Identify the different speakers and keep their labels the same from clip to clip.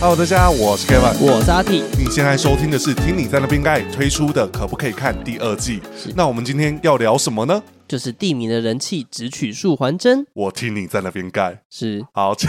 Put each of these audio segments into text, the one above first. Speaker 1: Hello，大家，我是 Kevin。
Speaker 2: 我是阿 T，
Speaker 1: 你现在收听的是《听你在那边盖》推出的《可不可以看》第二季
Speaker 2: 是。
Speaker 1: 那我们今天要聊什么呢？
Speaker 2: 就是地名的人气只取数还真，
Speaker 1: 我听你在那边盖。
Speaker 2: 是，
Speaker 1: 好， 这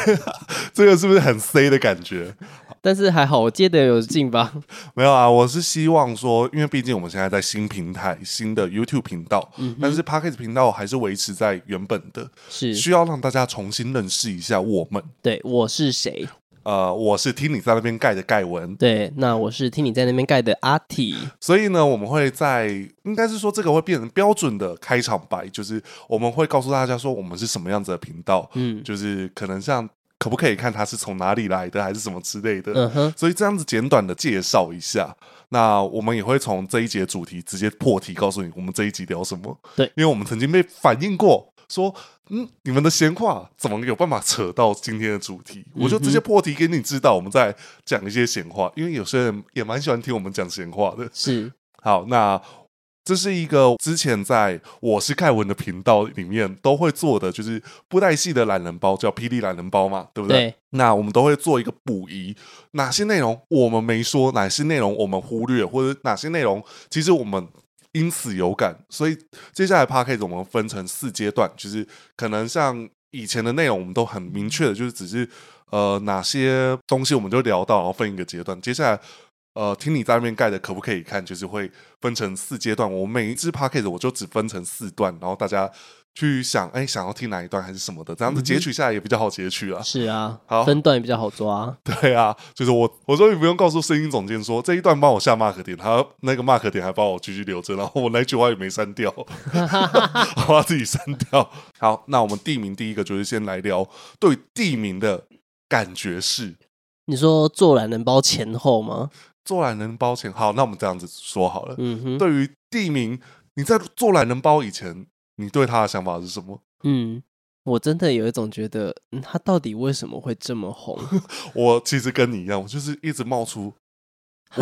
Speaker 1: 这个是不是很 C 的感觉？
Speaker 2: 但是还好我接的有进吧，
Speaker 1: 没有啊，我是希望说，因为毕竟我们现在在新平台、新的 YouTube 频道，
Speaker 2: 嗯
Speaker 1: 但是 p o c k e t 频道还是维持在原本的，
Speaker 2: 是
Speaker 1: 需要让大家重新认识一下我们。
Speaker 2: 对，我是谁？
Speaker 1: 呃，我是听你在那边盖的盖文，
Speaker 2: 对，那我是听你在那边盖的阿 T，
Speaker 1: 所以呢，我们会在应该是说这个会变成标准的开场白，就是我们会告诉大家说我们是什么样子的频道，
Speaker 2: 嗯
Speaker 1: 就是可能像可不可以看它是从哪里来的，还是什么之类的。
Speaker 2: 嗯哼，
Speaker 1: 所以这样子简短的介绍一下，那我们也会从这一节主题直接破题，告诉你我们这一集聊什么。
Speaker 2: 对
Speaker 1: 因为我们曾经被反映过说，嗯，你们的闲话怎么有办法扯到今天的主题？
Speaker 2: 嗯
Speaker 1: 我就直接破题给你知道，我们再讲一些闲话，因为有些人也蛮喜欢听我们讲闲话的。
Speaker 2: 是
Speaker 1: 好，那这是一个之前在我是盖文的频道里面都会做的，就是布袋戏的懒人包，叫霹雳懒人包嘛，对不对？
Speaker 2: 对
Speaker 1: 那我们都会做一个补遗，哪些内容我们没说，哪些内容我们忽略，或者哪些内容其实我们。因此有感，所以接下来 p a c k a g e 我们分成四阶段，就是可能像以前的内容，我们都很明确的，就是只是呃哪些东西我们就聊到，然后分一个阶段。接下来呃，听你在那边盖的可不可以看，就是会分成四阶段。我每一支 p a c k a g e 我就只分成四段，然后大家去想，哎，想要听哪一段还是什么的，这样子截取下来也比较好截取啊。
Speaker 2: 是啊，
Speaker 1: 好
Speaker 2: 分段比较好抓，
Speaker 1: 对啊，就是我，我说你不用告诉声音总监说这一段帮我下 mark 点，他那个 mark 点还帮我继续留着，然后我那句话也没删 掉，我要自己删掉。好，那我们地名第一个就是先来聊对地名的感觉是
Speaker 2: 你说做懒人包前 后吗？
Speaker 1: 做懒人包前，好，那我们这样子说好了。
Speaker 2: 嗯哼，
Speaker 1: 对于地名，你在做懒人包以前，你对他的想法是什么？
Speaker 2: 嗯，我真的有一种觉得，嗯，他到底为什么会这么红？
Speaker 1: 我其实跟你一样，我就是一直冒出，
Speaker 2: 他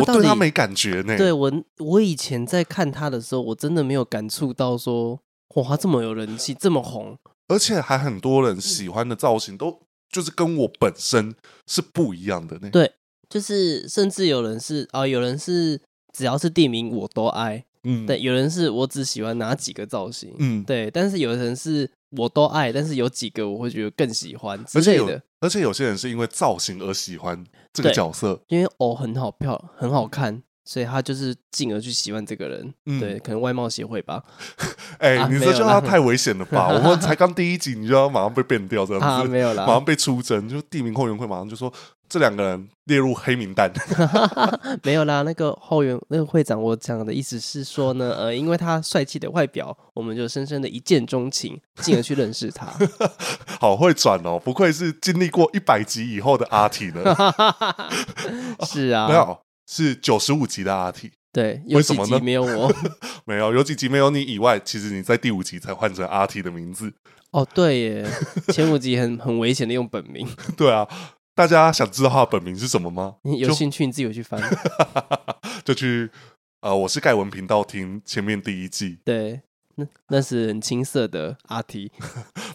Speaker 1: 我
Speaker 2: 到
Speaker 1: 对他
Speaker 2: 底
Speaker 1: 没感觉呢。
Speaker 2: 对我，我以前在看他的时候，我真的没有感触到说，哇，他这么有人气，这么红。
Speaker 1: 而且还很多
Speaker 2: 嗯
Speaker 1: 人喜欢的造型都就是跟我本身是不一样的呢。
Speaker 2: 对就是甚至有人是啊、有人是只要是地名我都爱，
Speaker 1: 嗯，
Speaker 2: 对，有人是我只喜欢哪几个造型，
Speaker 1: 嗯，
Speaker 2: 对，但是有人是我都爱，但是有几个我会觉得更喜欢之
Speaker 1: 而且
Speaker 2: 类
Speaker 1: 有
Speaker 2: 的，
Speaker 1: 而且有些人是因为造型而喜欢这个
Speaker 2: 对
Speaker 1: 角色，
Speaker 2: 因为偶很好漂很好看，所以他就是进而去喜欢这个人，
Speaker 1: 嗯
Speaker 2: 对，可能外貌协 会吧，
Speaker 1: 哎、
Speaker 2: 啊
Speaker 1: 你
Speaker 2: 没
Speaker 1: 这
Speaker 2: 有
Speaker 1: 句
Speaker 2: 啦
Speaker 1: 话太危险了 吧？我们才刚第一集，你就要马上被变掉这样
Speaker 2: 啊，
Speaker 1: 子，
Speaker 2: 没有
Speaker 1: 马上
Speaker 2: 啦，
Speaker 1: 被出征，就地名后援会马上就说这两个人列入黑名单。
Speaker 2: 没有啦，那个后援那个会长，我讲的意思是说呢，呃，因为他帅气的外表，我们就深深的一见钟情，进而去认 识他，
Speaker 1: 好会转哦，不愧是经历过一百集以后的阿 T 呢，
Speaker 2: 是
Speaker 1: 没
Speaker 2: 啊，
Speaker 1: 有是九十五集的阿 T。
Speaker 2: 对，有
Speaker 1: 为什
Speaker 2: 几
Speaker 1: 么
Speaker 2: 集
Speaker 1: 呢
Speaker 2: 没有 我。
Speaker 1: 没有，有几集没有你以外，其实你在第五集才换成阿 T 的名字。
Speaker 2: 哦，对耶，前五集很 很危险的用本名，
Speaker 1: 对啊，大家想知道他的本名是什么吗？
Speaker 2: 你 有
Speaker 1: 就
Speaker 2: 兴趣你自己回 去翻。
Speaker 1: 就去呃，我是盖文频道听前面第一季，
Speaker 2: 对，那那是很青涩的 阿 T，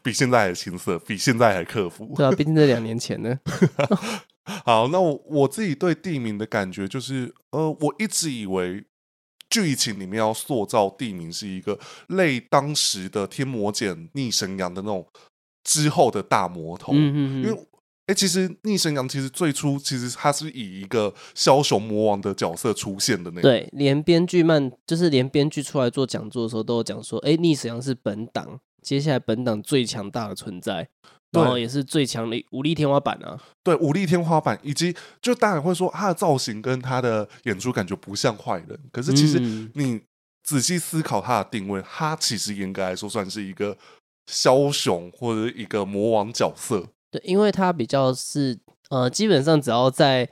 Speaker 1: 比现在还青涩，比现在还克服。
Speaker 2: 对啊，毕竟这两年前呢。
Speaker 1: 好，那我我自己对地名的感觉就是，呃，我一直以为剧情里面要塑造地名是一个类当时的天魔简、逆神阳的那种之后的大魔头，
Speaker 2: 嗯
Speaker 1: 哦因
Speaker 2: 嗯
Speaker 1: 为
Speaker 2: 嗯，
Speaker 1: 我。哎、其实逆神阳其实最初其实他是以一个枭雄魔王的角色出现的那，
Speaker 2: 对，连编剧漫就是连编剧出来做讲座的时候都有讲说，哎，逆史阳是本档接下来本档最强大的存在，然
Speaker 1: 对
Speaker 2: 后也是最强的武力天花板啊。
Speaker 1: 对武力天花板，以及就当然会说他的造型跟他的演出感觉不像坏人，可是其实
Speaker 2: 嗯
Speaker 1: 你仔细思考他的定位，他其实严格来说算是一个枭雄或者一个魔王角色。
Speaker 2: 对，因为它比较是呃，基本上只要在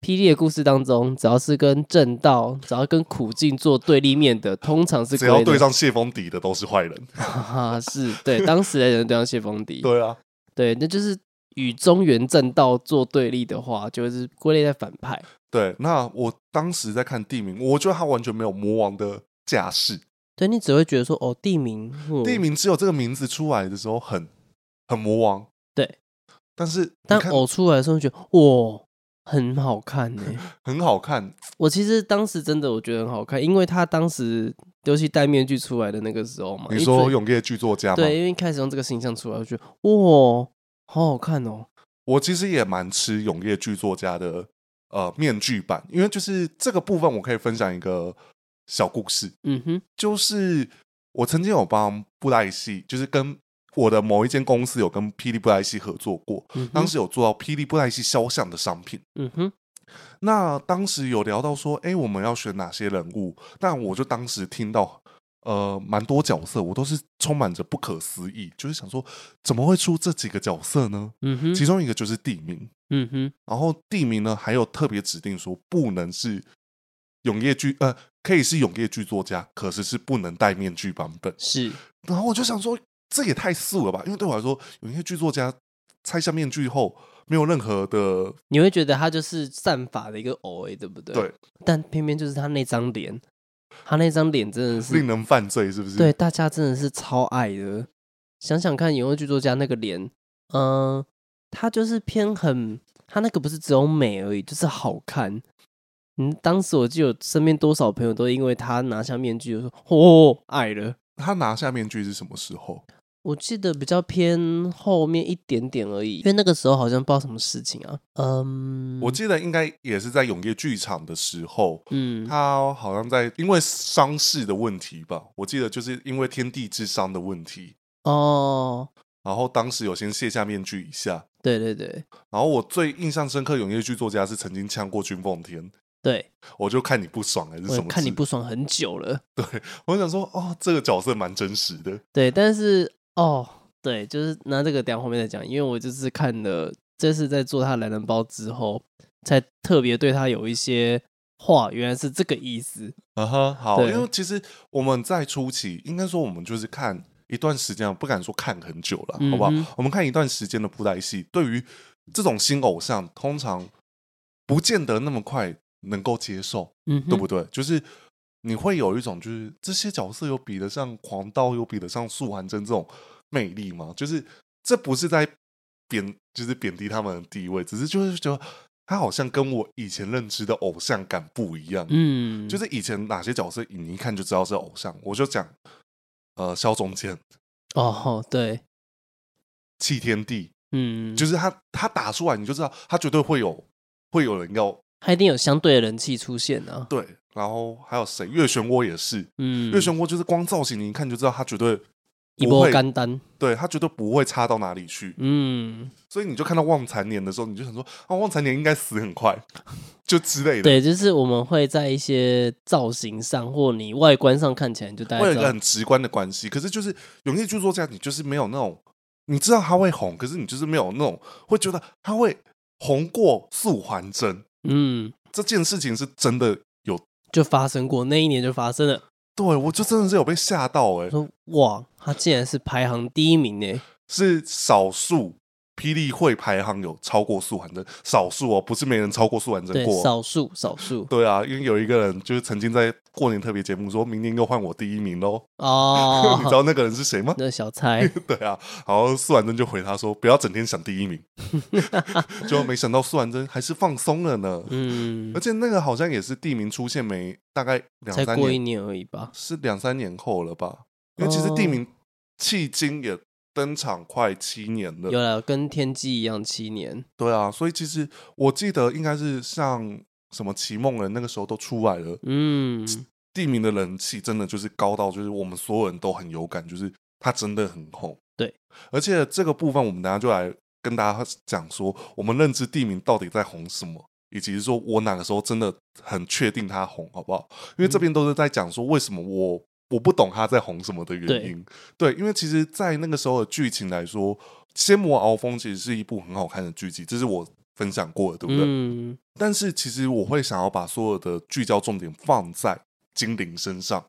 Speaker 2: 霹雳的故事当中，只要是跟正道，只要跟苦境做对立面的，通常是
Speaker 1: 只要
Speaker 2: 归
Speaker 1: 对
Speaker 2: 的，
Speaker 1: 上谢风底的都是坏人，
Speaker 2: 哈哈，是对当时的人对上谢风迪，
Speaker 1: 对啊，
Speaker 2: 对，那就是与中原正道做对立的话，就是归类在反派。
Speaker 1: 对。那我当时在看地名，我觉得他完全没有魔王的架势，
Speaker 2: 对你只会觉得说哦，地名，嗯
Speaker 1: 地，名只有这个名字出来的时候很很魔王，
Speaker 2: 对。
Speaker 1: 但是你
Speaker 2: 但
Speaker 1: 看
Speaker 2: 偶出来的时候就觉得哇，很好 看呢、
Speaker 1: 很好看，
Speaker 2: 我其实当时真的我觉得很好看，因为他当时尤其戴面具出来的那个时候嘛，
Speaker 1: 你
Speaker 2: 哦一
Speaker 1: 说
Speaker 2: 追
Speaker 1: 永夜剧作家吗？
Speaker 2: 对，因为一开始用这个形象出来，我觉得哇，好好看哦。
Speaker 1: 我其实也蛮吃永夜剧作家的呃面具版，因为就是这个部分我可以分享一个小故事，
Speaker 2: 嗯哼，
Speaker 1: 就是我曾经有帮布袋戏，就是跟我的某一间公司有跟霹雳布袋戏合作过，
Speaker 2: 嗯
Speaker 1: 当
Speaker 2: 哼，
Speaker 1: 时有做到霹雳布袋戏肖像的商品。
Speaker 2: 嗯哼，
Speaker 1: 那当时有聊到说，哎、我们要选哪些人物？但我就当时听到，呃，蛮多角色，我都是充满着不可思议，就是想说，怎么会出这几个角色呢？
Speaker 2: 嗯哼，
Speaker 1: 其中一个就是地名，
Speaker 2: 嗯哼，
Speaker 1: 然后地名呢还有特别指定说，不能是永夜剧，呃，可以是永夜剧作家，可是是不能戴面具版本。
Speaker 2: 是，
Speaker 1: 然后我就想说，这也太素了吧？因为对我来说，永夜剧作家拆下面具后，没有任何的
Speaker 2: 你会觉得他就是散发的一个偶哎，对不对？
Speaker 1: 对。
Speaker 2: 但偏偏就是他那张脸，他那张脸真的
Speaker 1: 令
Speaker 2: 是，
Speaker 1: 人犯罪，是不是？
Speaker 2: 对大家真的是超爱的。想想看，影视剧作家那个脸，嗯、他就是偏很，他那个不是只有美而已，就是好看。嗯，当时我记得我身边多少朋友都因为他拿下面具就说：“哦，爱了。”
Speaker 1: 他拿下面具是什么时候？
Speaker 2: 我记得比较偏后面一点点而已，因为那个时候好像不知道什么事情啊。嗯，
Speaker 1: 我记得应该也是在永业剧场的时候，
Speaker 2: 嗯，
Speaker 1: 他好像在因为伤势的问题吧，我记得就是因为天地之伤的问题，
Speaker 2: 哦，
Speaker 1: 然后当时有先卸下面具一下。
Speaker 2: 对对对
Speaker 1: 然后我最印象深刻，永业剧作家是曾经呛过君奉天，
Speaker 2: 对，
Speaker 1: 我就看你不爽还是什
Speaker 2: 我
Speaker 1: 么？
Speaker 2: 看你，不爽很久了，
Speaker 1: 我想说哦，这个角色蛮真实的。
Speaker 2: 对，但是哦，对，就是那这个等一下后面再讲，因为我就是看了这次在做他的懒人包之后，才特别对他有一些话，原来是这个意思。
Speaker 1: 啊哈，好，
Speaker 2: 对
Speaker 1: 因为其实我们在初期，应该说我们就是看一段时间，啊不敢说看很久了，好不好
Speaker 2: 嗯哼？
Speaker 1: 我们看一段时间的布袋戏，对于这种新偶像，通常不见得那么快能够接受，
Speaker 2: 嗯哼，
Speaker 1: 对不对？就是你会有一种，就是这些角色有比得上狂刀，有比得上素还真这种魅力吗？就是这不是在贬，就是贬低他们的地位，只是就是觉得他好像跟我以前认知的偶像感不一样，
Speaker 2: 嗯，
Speaker 1: 就是以前哪些角色你一看就知道是偶像，我就讲，呃，萧中间、
Speaker 2: 哦，对，
Speaker 1: 弃天地，
Speaker 2: 嗯，
Speaker 1: 就是他他打出来你就知道他绝对会有会有人要
Speaker 2: 他一定有相对的人气出现啊。
Speaker 1: 对，然后还有谁？月漩涡也是，
Speaker 2: 嗯，
Speaker 1: 月漩涡就是光造型你一看就知道他绝对
Speaker 2: 一
Speaker 1: 不
Speaker 2: 波
Speaker 1: 会，
Speaker 2: 干单，
Speaker 1: 对他绝对不会差到哪里去，
Speaker 2: 嗯，
Speaker 1: 所以你就看到旺财年的时候，你就想说啊，旺财年应该死很快， 就之类的。
Speaker 2: 对，就是我们会在一些造型上或你外观上看起来，你就大
Speaker 1: 会
Speaker 2: 概
Speaker 1: 有一
Speaker 2: 知
Speaker 1: 个
Speaker 2: 道，
Speaker 1: 很直观的关系。可是就是永夜剧作家，你就是没有那种，你知道他会红，可是你就是没有那种会觉得他会红过素还真
Speaker 2: 嗯，
Speaker 1: 这件事情是真的有。
Speaker 2: 就发生过，那一年就发生了。
Speaker 1: 对，我就真的是有被吓到哎、
Speaker 2: 我说哇，他竟然是排行第一名呢，
Speaker 1: 是少数霹雳会排行有超过素还真，少数哦，不是没人超过素还真
Speaker 2: 对，
Speaker 1: 过哦。
Speaker 2: 少数 少数
Speaker 1: 对啊，因为有一个人就是曾经在过年特别节目说明年又换我第一名喽， 你知
Speaker 2: 哦。
Speaker 1: 道那个人是谁吗？
Speaker 2: 那小蔡
Speaker 1: 对啊，然后苏婉珍就回他说：“不要整天想第一名。” 结果没想到苏婉珍还是放松了呢。
Speaker 2: 嗯
Speaker 1: 而，且那个好像也是地名出现没大概两
Speaker 2: 才
Speaker 1: 三
Speaker 2: 过一
Speaker 1: 年，
Speaker 2: 年而已吧。
Speaker 1: 是两三年后了吧？因为其实地名迄今也登场快七年
Speaker 2: 有
Speaker 1: 了。
Speaker 2: 了，跟天机一样七年。
Speaker 1: 对啊，所以其实我记得应该是像什么齐梦人那个时候都出来了，
Speaker 2: 嗯，
Speaker 1: 地名的人气真的就是高到，就是我们所有人都很有感，就是它真的很红。
Speaker 2: 对，
Speaker 1: 而且这个部分我们等一下就来跟大家讲说，我们认知地名到底在红什么，以及是说我哪个时候真的很确定它红，好不好？因为这边都是在讲说为什么我我不懂它在红什么的原因。对，因为其实，在那个时候的剧情来说，《仙魔鳌峰》其实是一部很好看的剧集，这是我分享过的，对不对？
Speaker 2: 嗯，
Speaker 1: 但是其实我会想要把所有的聚焦重点放在精灵身上。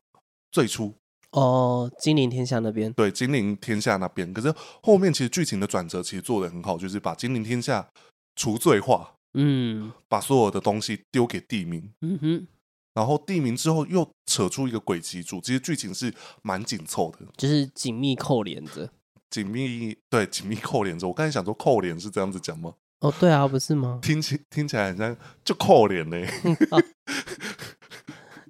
Speaker 1: 最初
Speaker 2: 哦，金陵天下那边，
Speaker 1: 对精灵天下那边，可是后面其实剧情的转折其实做的很好，就是把精灵天下除罪化，
Speaker 2: 嗯
Speaker 1: 把所有的东西丢给地名，
Speaker 2: 嗯哼，
Speaker 1: 然后地名之后又扯出一个鬼籍主，其实剧情是蛮紧凑的，
Speaker 2: 就是紧密扣连着。
Speaker 1: 紧密对紧密扣连着。我刚才想说扣连是这样子讲吗？
Speaker 2: 哦，对啊，不是吗？
Speaker 1: 听起听起来很像就扣脸呢、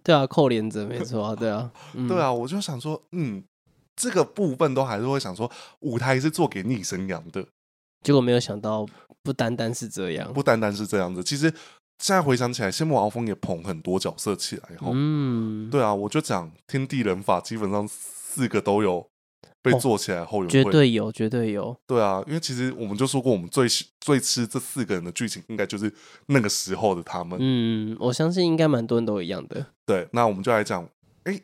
Speaker 2: 对啊，扣连着没错啊，对啊，嗯、
Speaker 1: 对，啊，我就想说，嗯，这个部分都还是会想说，舞台是做给逆生阳的，
Speaker 2: 结果没有想到不单单是这样，
Speaker 1: 不单单是这样子。其实现在回想起来，羡慕敖峰也捧很多角色起来后，
Speaker 2: 嗯，
Speaker 1: 对啊，我就讲天地人法，基本上四个都有被
Speaker 2: 哦
Speaker 1: 做起来后援
Speaker 2: 绝
Speaker 1: 会。
Speaker 2: 对有，绝对有，
Speaker 1: 对啊，因为其实我们就说过，我们最喜最吃这四个人的剧情，应该就是那个时候的他们。
Speaker 2: 嗯，我相信应该蛮多人都一样的，
Speaker 1: 对，那我们就来讲，哎、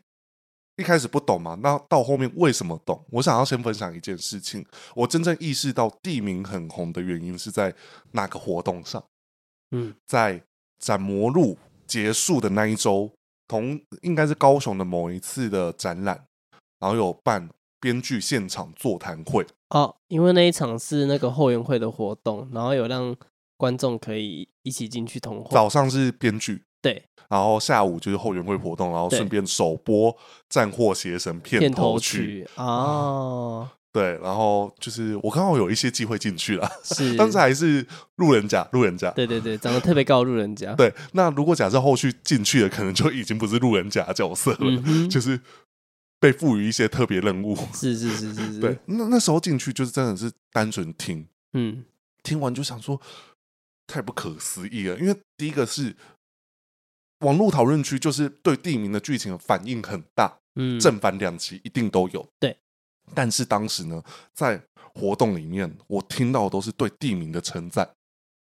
Speaker 1: 一开始不懂嘛，那到后面为什么懂？我想要先分享一件事情，我真正意识到地名很红的原因是在哪个活动上？
Speaker 2: 嗯，
Speaker 1: 在展魔路结束的那一周，同应该是高雄的某一次的展览，然后有办编剧现场座谈会，
Speaker 2: 哦，因为那一场是那个后援会的活动，然后有让观众可以一起进去通话，
Speaker 1: 早上是编剧，
Speaker 2: 对，
Speaker 1: 然后下午就是后援会活动，然后
Speaker 2: 对
Speaker 1: 顺便首播《战祸邪神》片
Speaker 2: 片
Speaker 1: 头
Speaker 2: 头
Speaker 1: 曲，
Speaker 2: 曲哦，
Speaker 1: 对，然后就是我刚好有一些机会进去了，
Speaker 2: 是，
Speaker 1: 啊 当时还是路人甲，路人甲。
Speaker 2: 对啊对对，长得特别高的路人甲，
Speaker 1: 对，那如果假设后续进去的，可能就已经不是路人甲的角色了，
Speaker 2: 嗯 哼，
Speaker 1: 就是被赋予一些特别任务。
Speaker 2: 是是是是是，
Speaker 1: 对，，那那时候进去就是真的是单纯听，
Speaker 2: 嗯，
Speaker 1: 听完就想说太不可思议了，因为第一个是网络讨论区，就是对地名的剧情反应很大，
Speaker 2: 嗯，
Speaker 1: 正反两极一定都有。
Speaker 2: 对，
Speaker 1: 但是当时呢，在活动里面，我听到的都是对地名的称赞。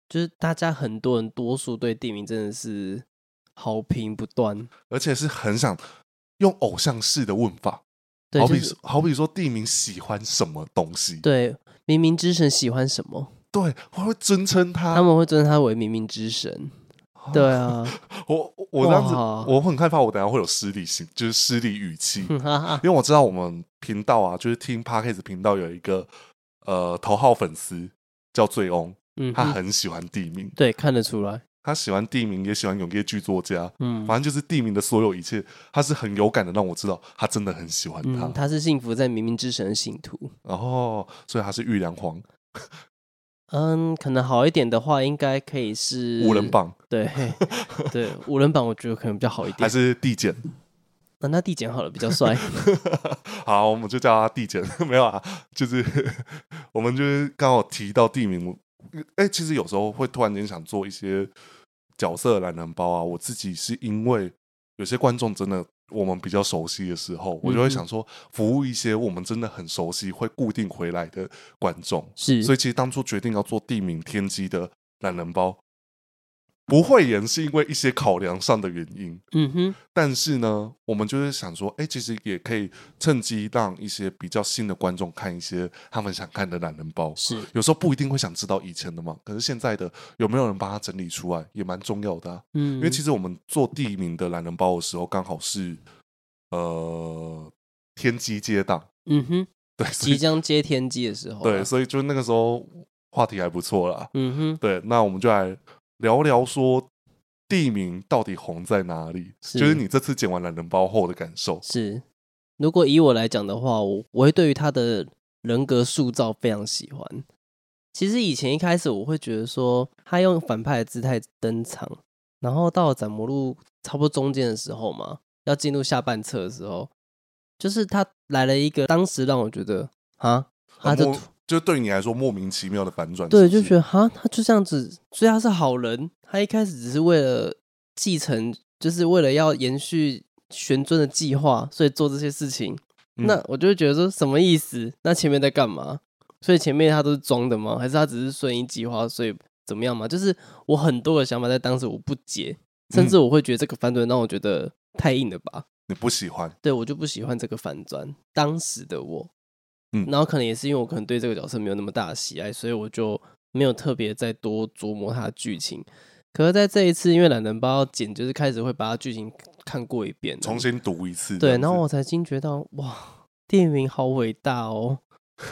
Speaker 2: 就是大家很多人多数对地名真的是好评不断，
Speaker 1: 而且是很想用偶像式的问法，
Speaker 2: 对，
Speaker 1: 好
Speaker 2: 就
Speaker 1: 比
Speaker 2: 是
Speaker 1: 说好比说地名喜欢什么东西，
Speaker 2: 对冥冥之神喜欢什么，
Speaker 1: 对，我会尊称
Speaker 2: 他
Speaker 1: 他。哦
Speaker 2: 们会尊他为冥冥之神，对啊，
Speaker 1: 我我我这样子，
Speaker 2: 哇嗯
Speaker 1: 我很害怕，我等一下会有失礼行，就是失礼语气，
Speaker 2: 哼哈哈
Speaker 1: 因为我知道我们频道啊，就是听 Parkes 频道有一个呃头号粉丝叫醉翁，
Speaker 2: 嗯
Speaker 1: 他
Speaker 2: 哼，
Speaker 1: 很喜欢地名，
Speaker 2: 对，看得出来，
Speaker 1: 他喜欢地名，也喜欢永夜剧作家，
Speaker 2: 嗯。
Speaker 1: 反正就是地名的所有一切，他是很有感的，让我知道他真的很喜欢他。
Speaker 2: 嗯，他是幸福在冥冥之神的信徒。
Speaker 1: 然后，所以他是玉良皇
Speaker 2: 嗯，可能好一点的话，应该可以是
Speaker 1: 五人。榜，
Speaker 2: 对对，五人榜我觉得可能比较好一
Speaker 1: 还
Speaker 2: 点。
Speaker 1: 是地检？
Speaker 2: 那那地简好了，比较帅。
Speaker 1: 好，我们就叫他地检。 没有啊，就是我们就是刚好提到地名。哎、其实有时候会突然间想做一些角色懒人包啊。我自己是因为有些观众真的我们比较熟悉的时候，
Speaker 2: 嗯
Speaker 1: 我就会想说服务一些我们真的很熟悉会固定回来的观众。
Speaker 2: 是，
Speaker 1: 所以其实当初决定要做地名天机的懒人包，不会演是因为一些考量上的原因。
Speaker 2: 嗯哼，
Speaker 1: 但是呢，我们就是想说，哎、其实也可以趁机让一些比较新的观众看一些他们想看的懒人包。
Speaker 2: 是
Speaker 1: 有时候不一定会想知道以前的嘛，可是现在的有没有人把它整理出来，也蛮重要的、啊。
Speaker 2: 嗯，
Speaker 1: 因为其实我们做地名的懒人包的时候，刚好是呃天机接档，
Speaker 2: 嗯哼，
Speaker 1: 对，所
Speaker 2: 即
Speaker 1: 以
Speaker 2: 将接天机的时候啊，
Speaker 1: 对，所以就那个时候话题还不错啦。
Speaker 2: 嗯哼，
Speaker 1: 对，那我们就来聊聊说地名到底红在哪里，
Speaker 2: 是
Speaker 1: 就是你这次剪完懒人包后的感受。
Speaker 2: 是。如果以我来讲的话，我我会对于他的人格塑造非常喜欢。其实以前一开始我会觉得说，他用反派的姿态登场，然后到斩魔路差不多中间的时候嘛，要进入下半册的时候，就是他来了一个，当时让我觉得啊，他
Speaker 1: 很
Speaker 2: 就
Speaker 1: 莫就对你来说莫名其妙的反转，
Speaker 2: 对，就觉
Speaker 1: 是
Speaker 2: 得哈，他就这样子，所以他是好人。他一开始只是为了继承，就是为了要延续玄尊的计划，所以做这些事情。
Speaker 1: 嗯
Speaker 2: 那我就会觉得说，什么意思？那前面在干嘛？所以前面他都是装的吗？还是他只是顺应计划，所以怎么样嘛？就是我很多的想法在当时我不解，甚
Speaker 1: 嗯
Speaker 2: 至我会觉得这个反转让我觉得太硬了吧。
Speaker 1: 你不喜欢，
Speaker 2: 对我就不喜欢这个反转，当时的我，
Speaker 1: 嗯
Speaker 2: 然后可能也是因为我可能对这个角色没有那么大的喜爱，所以我就没有特别再多琢磨它的剧情。可是在这一次，因为懒人包要剪，就是开始会把它剧情看过一遍了，
Speaker 1: 重新读一次这
Speaker 2: 嗯对，
Speaker 1: 样子。
Speaker 2: 然后我才惊觉到，哇，地名好伟大哦！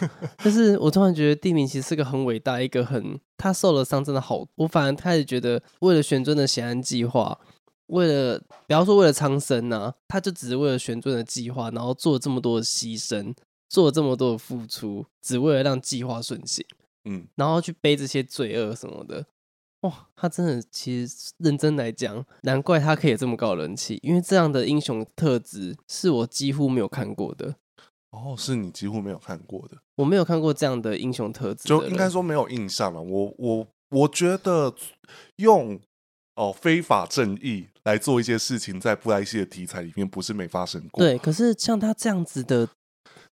Speaker 2: 就是我突然觉得地名其实是个很伟大，一个很他受了伤真的好，我反而开始觉得，为了玄尊的显安计划，为了不要说为了苍生呐、他就只是为了玄尊的计划，然后做了这么多的牺牲，做了这么多的付出，只为了让计划顺行。
Speaker 1: 嗯，
Speaker 2: 然后去背这些罪恶什么的。哇，他真的其实认真来讲，难怪他可以有这么高的人气，因为这样的英雄特质是我几乎没有看过的，
Speaker 1: 哦，是你几乎没有看过的，
Speaker 2: 我没有看过这样的英雄特质的人。
Speaker 1: 就应该说没有印象了。我我我觉得用哦、非法正义来做一些事情，在布莱希的题材里面不是没发生过，嗯
Speaker 2: 对，可是像他这样子的，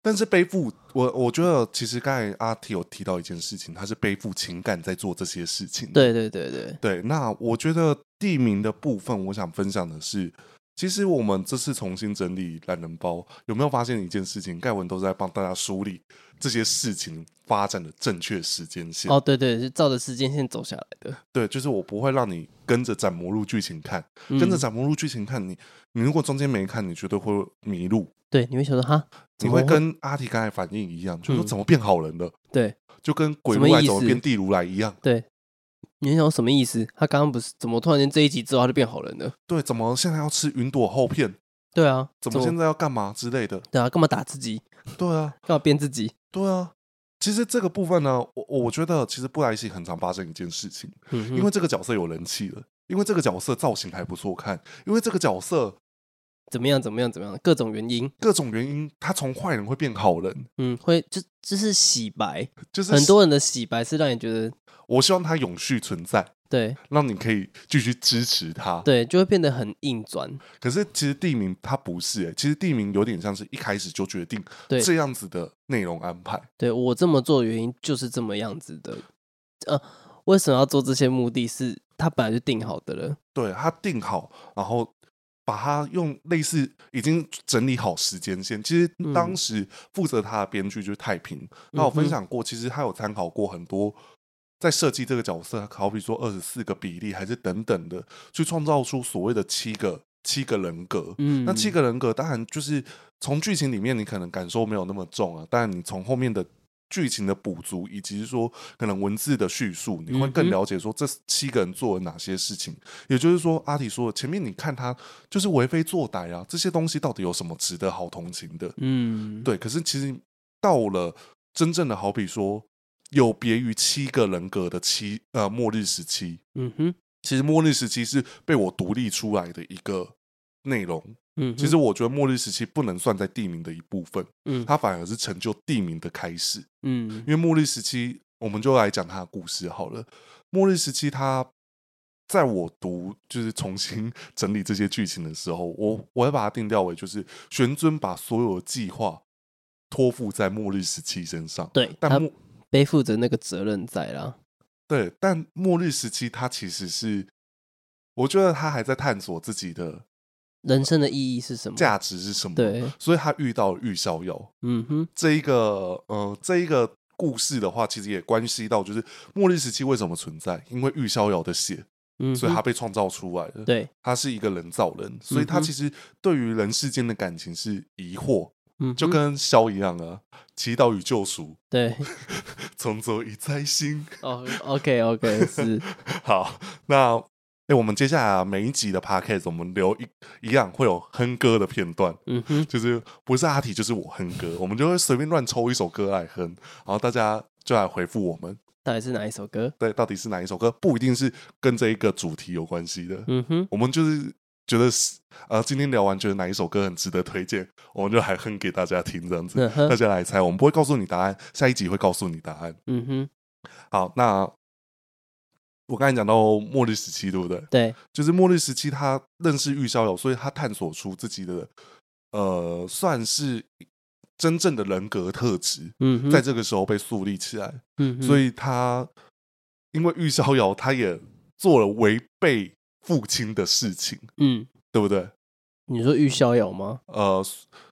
Speaker 1: 但是背负我，我觉得其实刚才阿 T 有提到一件事情，他是背负情感在做这些事情。
Speaker 2: 对对对对，
Speaker 1: 对，那我觉得地名的部分，我想分享的是，其实我们这次重新整理懒人包，有没有发现一件事情？盖文都在帮大家梳理这些事情发展的正确时间线。
Speaker 2: 哦对对，是照着时间线走下来的，
Speaker 1: 对，就是我不会让你跟着斩魔录剧情看，
Speaker 2: 嗯
Speaker 1: 跟着斩魔录剧情看，你你如果中间没看，你绝对会迷路。
Speaker 2: 对，你会想说哈，
Speaker 1: 你
Speaker 2: 怎么
Speaker 1: 会跟阿提刚才反应一样，就说
Speaker 2: 嗯
Speaker 1: 怎么变好人了，
Speaker 2: 对
Speaker 1: 就跟鬼
Speaker 2: 什么
Speaker 1: 如来
Speaker 2: 意
Speaker 1: 怎么
Speaker 2: 思
Speaker 1: 变地如来一样。
Speaker 2: 对，你会想说什么意思？他刚刚不是怎么突然间这一集之后他就变好人了？
Speaker 1: 对，怎么现在要吃云朵厚片？
Speaker 2: 对啊，
Speaker 1: 怎么现在要干嘛之类的？
Speaker 2: 对啊，干嘛打自己？
Speaker 1: 对啊，
Speaker 2: 干嘛编自己？
Speaker 1: 对啊，其实这个部分呢，我我觉得其实布莱希很常发生一件事情，
Speaker 2: 嗯哼，
Speaker 1: 因为这个角色有人气了，因为这个角色造型还不错看，因为这个角色
Speaker 2: 怎么样怎么样怎么样，各种原因，
Speaker 1: 各种原因，他从坏人会变好人，
Speaker 2: 嗯，会就就是洗白，
Speaker 1: 就是
Speaker 2: 很多人的洗白是让你觉得
Speaker 1: 我希望他永续存在，
Speaker 2: 对
Speaker 1: 让你可以继续支持他。
Speaker 2: 对，就会变得很硬转，
Speaker 1: 可是其实地名他不是、欸，其实地名有点像是一开始就决定
Speaker 2: 对
Speaker 1: 这样子的内容安排。
Speaker 2: 对我这么做的原因就是这么样子的，呃，为什么要做这些目的是他本来就定好的了，
Speaker 1: 对他定好，然后把它用类似已经整理好时间线。其实
Speaker 2: 嗯
Speaker 1: 当时负责他的编剧就是太平，那我
Speaker 2: 嗯哼
Speaker 1: 分享过，其实他有参考过很多在设计这个角色，好比说二十四个比例还是等等的，去创造出所谓的七个七个人格。
Speaker 2: 嗯，
Speaker 1: 那七个人格当然就是从剧情里面你可能感受没有那么重啊，但你从后面的剧情的补足，以及是说可能文字的叙述，你会
Speaker 2: 嗯
Speaker 1: 更
Speaker 2: 哼
Speaker 1: 了解说这七个人做了哪些事情。也就是说，阿体说的前面你看他就是为非作歹啊，这些东西到底有什么值得好同情的？
Speaker 2: 嗯，
Speaker 1: 对，可是其实到了真正的好比说有别于七个人格的七呃末日时期，
Speaker 2: 嗯哼，
Speaker 1: 其实末日时期是被我独立出来的一个内容。
Speaker 2: 嗯哼，
Speaker 1: 其实我觉得末日时期不能算在地名的一部分，
Speaker 2: 嗯
Speaker 1: 它反而是成就地名的开始。
Speaker 2: 嗯
Speaker 1: 因为末日时期，我们就来讲它的故事好了。末日时期，它在我读就是重新整理这些剧情的时候，我我会把它定调为就是玄尊把所有的计划托付在末日时期身上，
Speaker 2: 对他
Speaker 1: 但末
Speaker 2: 背负着那个责任在啦，
Speaker 1: 对但末日时期，它其实是我觉得他还在探索自己的
Speaker 2: 人生的意义是什么？
Speaker 1: 价值是什么，，
Speaker 2: 对，
Speaker 1: 所以他遇到了玉逍遥。
Speaker 2: 嗯哼，
Speaker 1: 这一个呃这一个故事的话，其实也关系到就是末日时期为什么存在，因为玉逍遥的血，
Speaker 2: 嗯哼，
Speaker 1: 所以他被创造出来的。
Speaker 2: 对，
Speaker 1: 他是一个人造人，所以他
Speaker 2: 嗯哼
Speaker 1: 其实对于人世间的感情是疑惑，
Speaker 2: 嗯哼，
Speaker 1: 就跟萧一样啊，祈祷与救赎，
Speaker 2: 对，
Speaker 1: 从走已在心。
Speaker 2: 哦，OK OK，是，
Speaker 1: 好，那。哎、我们接下来、啊、每一集的 podcast，我们留一一样会有哼歌的片段，
Speaker 2: 嗯哼，
Speaker 1: 就是不是阿体就是我哼歌，我们就会随便乱抽一首歌来哼，然后大家就来回复我们，
Speaker 2: 到底是哪一首歌？
Speaker 1: 对，到底是哪一首歌，不一定是跟这一个主题有关系的。
Speaker 2: 嗯哼，
Speaker 1: 我们就是觉得是呃，今天聊完觉得哪一首歌很值得推荐，我们就还哼给大家听，这样子，
Speaker 2: 嗯哼
Speaker 1: 大家来猜。我们不会告诉你答案，下一集会告诉你答案。
Speaker 2: 嗯哼，
Speaker 1: 好，那我刚才讲到末日时期，对不对？
Speaker 2: 对，
Speaker 1: 就是末日时期，他认识玉逍遥，所以他探索出自己的呃，算是真正的人格特质，
Speaker 2: 嗯哼，
Speaker 1: 在这个时候被树立起来。
Speaker 2: 嗯哼，
Speaker 1: 所以他因为玉逍遥，他也做了违背父亲的事情，
Speaker 2: 嗯，
Speaker 1: 对不对？
Speaker 2: 你说玉逍遥吗？
Speaker 1: 呃，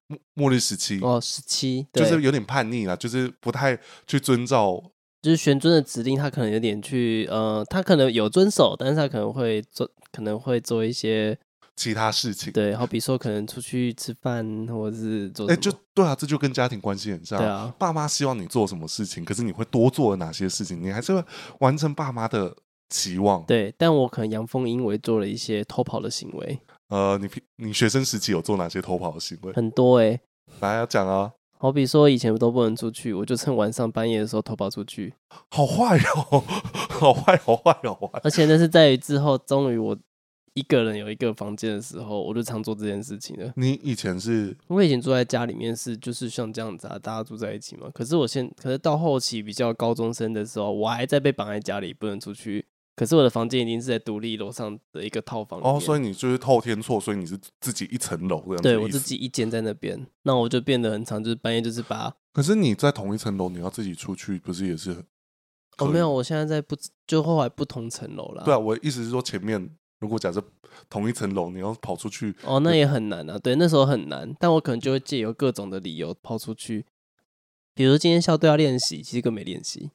Speaker 1: 末末日时期、
Speaker 2: 哦，十七，
Speaker 1: 嗯就
Speaker 2: 对
Speaker 1: 是有点叛逆啦，就是不太去遵照。
Speaker 2: 就是玄尊的指令，他可能有点去，呃，他可能有遵守，但是他可能会做，可能会做一些，
Speaker 1: 其他事情，
Speaker 2: 对，好比说可能出去吃饭，或者是做
Speaker 1: 哎、
Speaker 2: 什么，
Speaker 1: 就对啊，这就跟家庭关系很像。
Speaker 2: 对啊，
Speaker 1: 爸妈希望你做什么事情，可是你会多做了哪些事情？你还是会完成爸妈的期望。
Speaker 2: 对，但我可能阳奉阴违做了一些偷跑的行为，
Speaker 1: 呃，你平你学生时期有做哪些偷跑的行为？
Speaker 2: 很多哎、
Speaker 1: 来啊，讲啊，
Speaker 2: 好比说以前都不能出去，我就趁晚上半夜的时候偷跑出去，
Speaker 1: 好坏哦， 好坏，好坏，好坏。
Speaker 2: 而且那是在于之后，终于我一个人有一个房间的时候，我就常做这件事情了。
Speaker 1: 你以前是
Speaker 2: 我以前住在家里面是就是像这样子啊，大家住在一起嘛。可是我现可是到后期比较高中生的时候，我还在被绑在家里不能出去。可是我的房间已经是在独立楼上的一个套房里
Speaker 1: 哦，
Speaker 2: 面
Speaker 1: 所以你就是透天错，所以你是自己一层楼这样子的
Speaker 2: 对
Speaker 1: 意思。
Speaker 2: 我自己一间在那边，那我就变得很长，就是半夜就是把
Speaker 1: 可是你在同一层楼，你要自己出去，不是也是很？
Speaker 2: 哦
Speaker 1: 可以
Speaker 2: 没有，我现在在不就后来不同层楼啦。
Speaker 1: 对啊，我意思是说，前面如果假设同一层楼，你要跑出去，
Speaker 2: 哦，那也很难啊。对，那时候很难，但我可能就会借由各种的理由跑出去，比如今天校队要练习，其实根本没练习。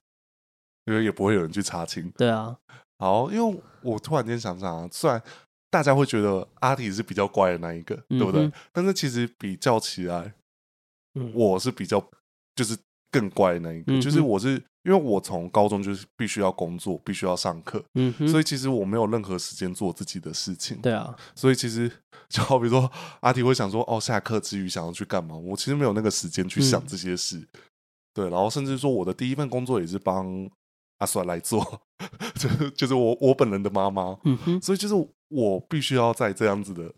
Speaker 1: 因为也不会有人去查清。
Speaker 2: 对啊，
Speaker 1: 好，因为我突然间想想啊，虽然大家会觉得阿迪是比较乖的那一个，对不
Speaker 2: 嗯
Speaker 1: 对？但是其实比较起来，
Speaker 2: 嗯，
Speaker 1: 我是比较就是更乖的那一个，
Speaker 2: 嗯
Speaker 1: 就是
Speaker 2: 哼
Speaker 1: 我是因为我从高中就是必须要工作，必须要上课，
Speaker 2: 嗯哼，
Speaker 1: 所
Speaker 2: 以
Speaker 1: 以其实我没有任何时间做自己的事情。
Speaker 2: 对啊，
Speaker 1: 所以其实就好比说阿迪会想说，哦，下课之余想要去干嘛？我其实没有那个时间去想
Speaker 2: 嗯
Speaker 1: 这些事。对，然后甚至说我的第一份工作也是帮阿帅来做， 就是就是我我本人的妈妈，
Speaker 2: 嗯哼，
Speaker 1: 所以就是我必须要在这样子的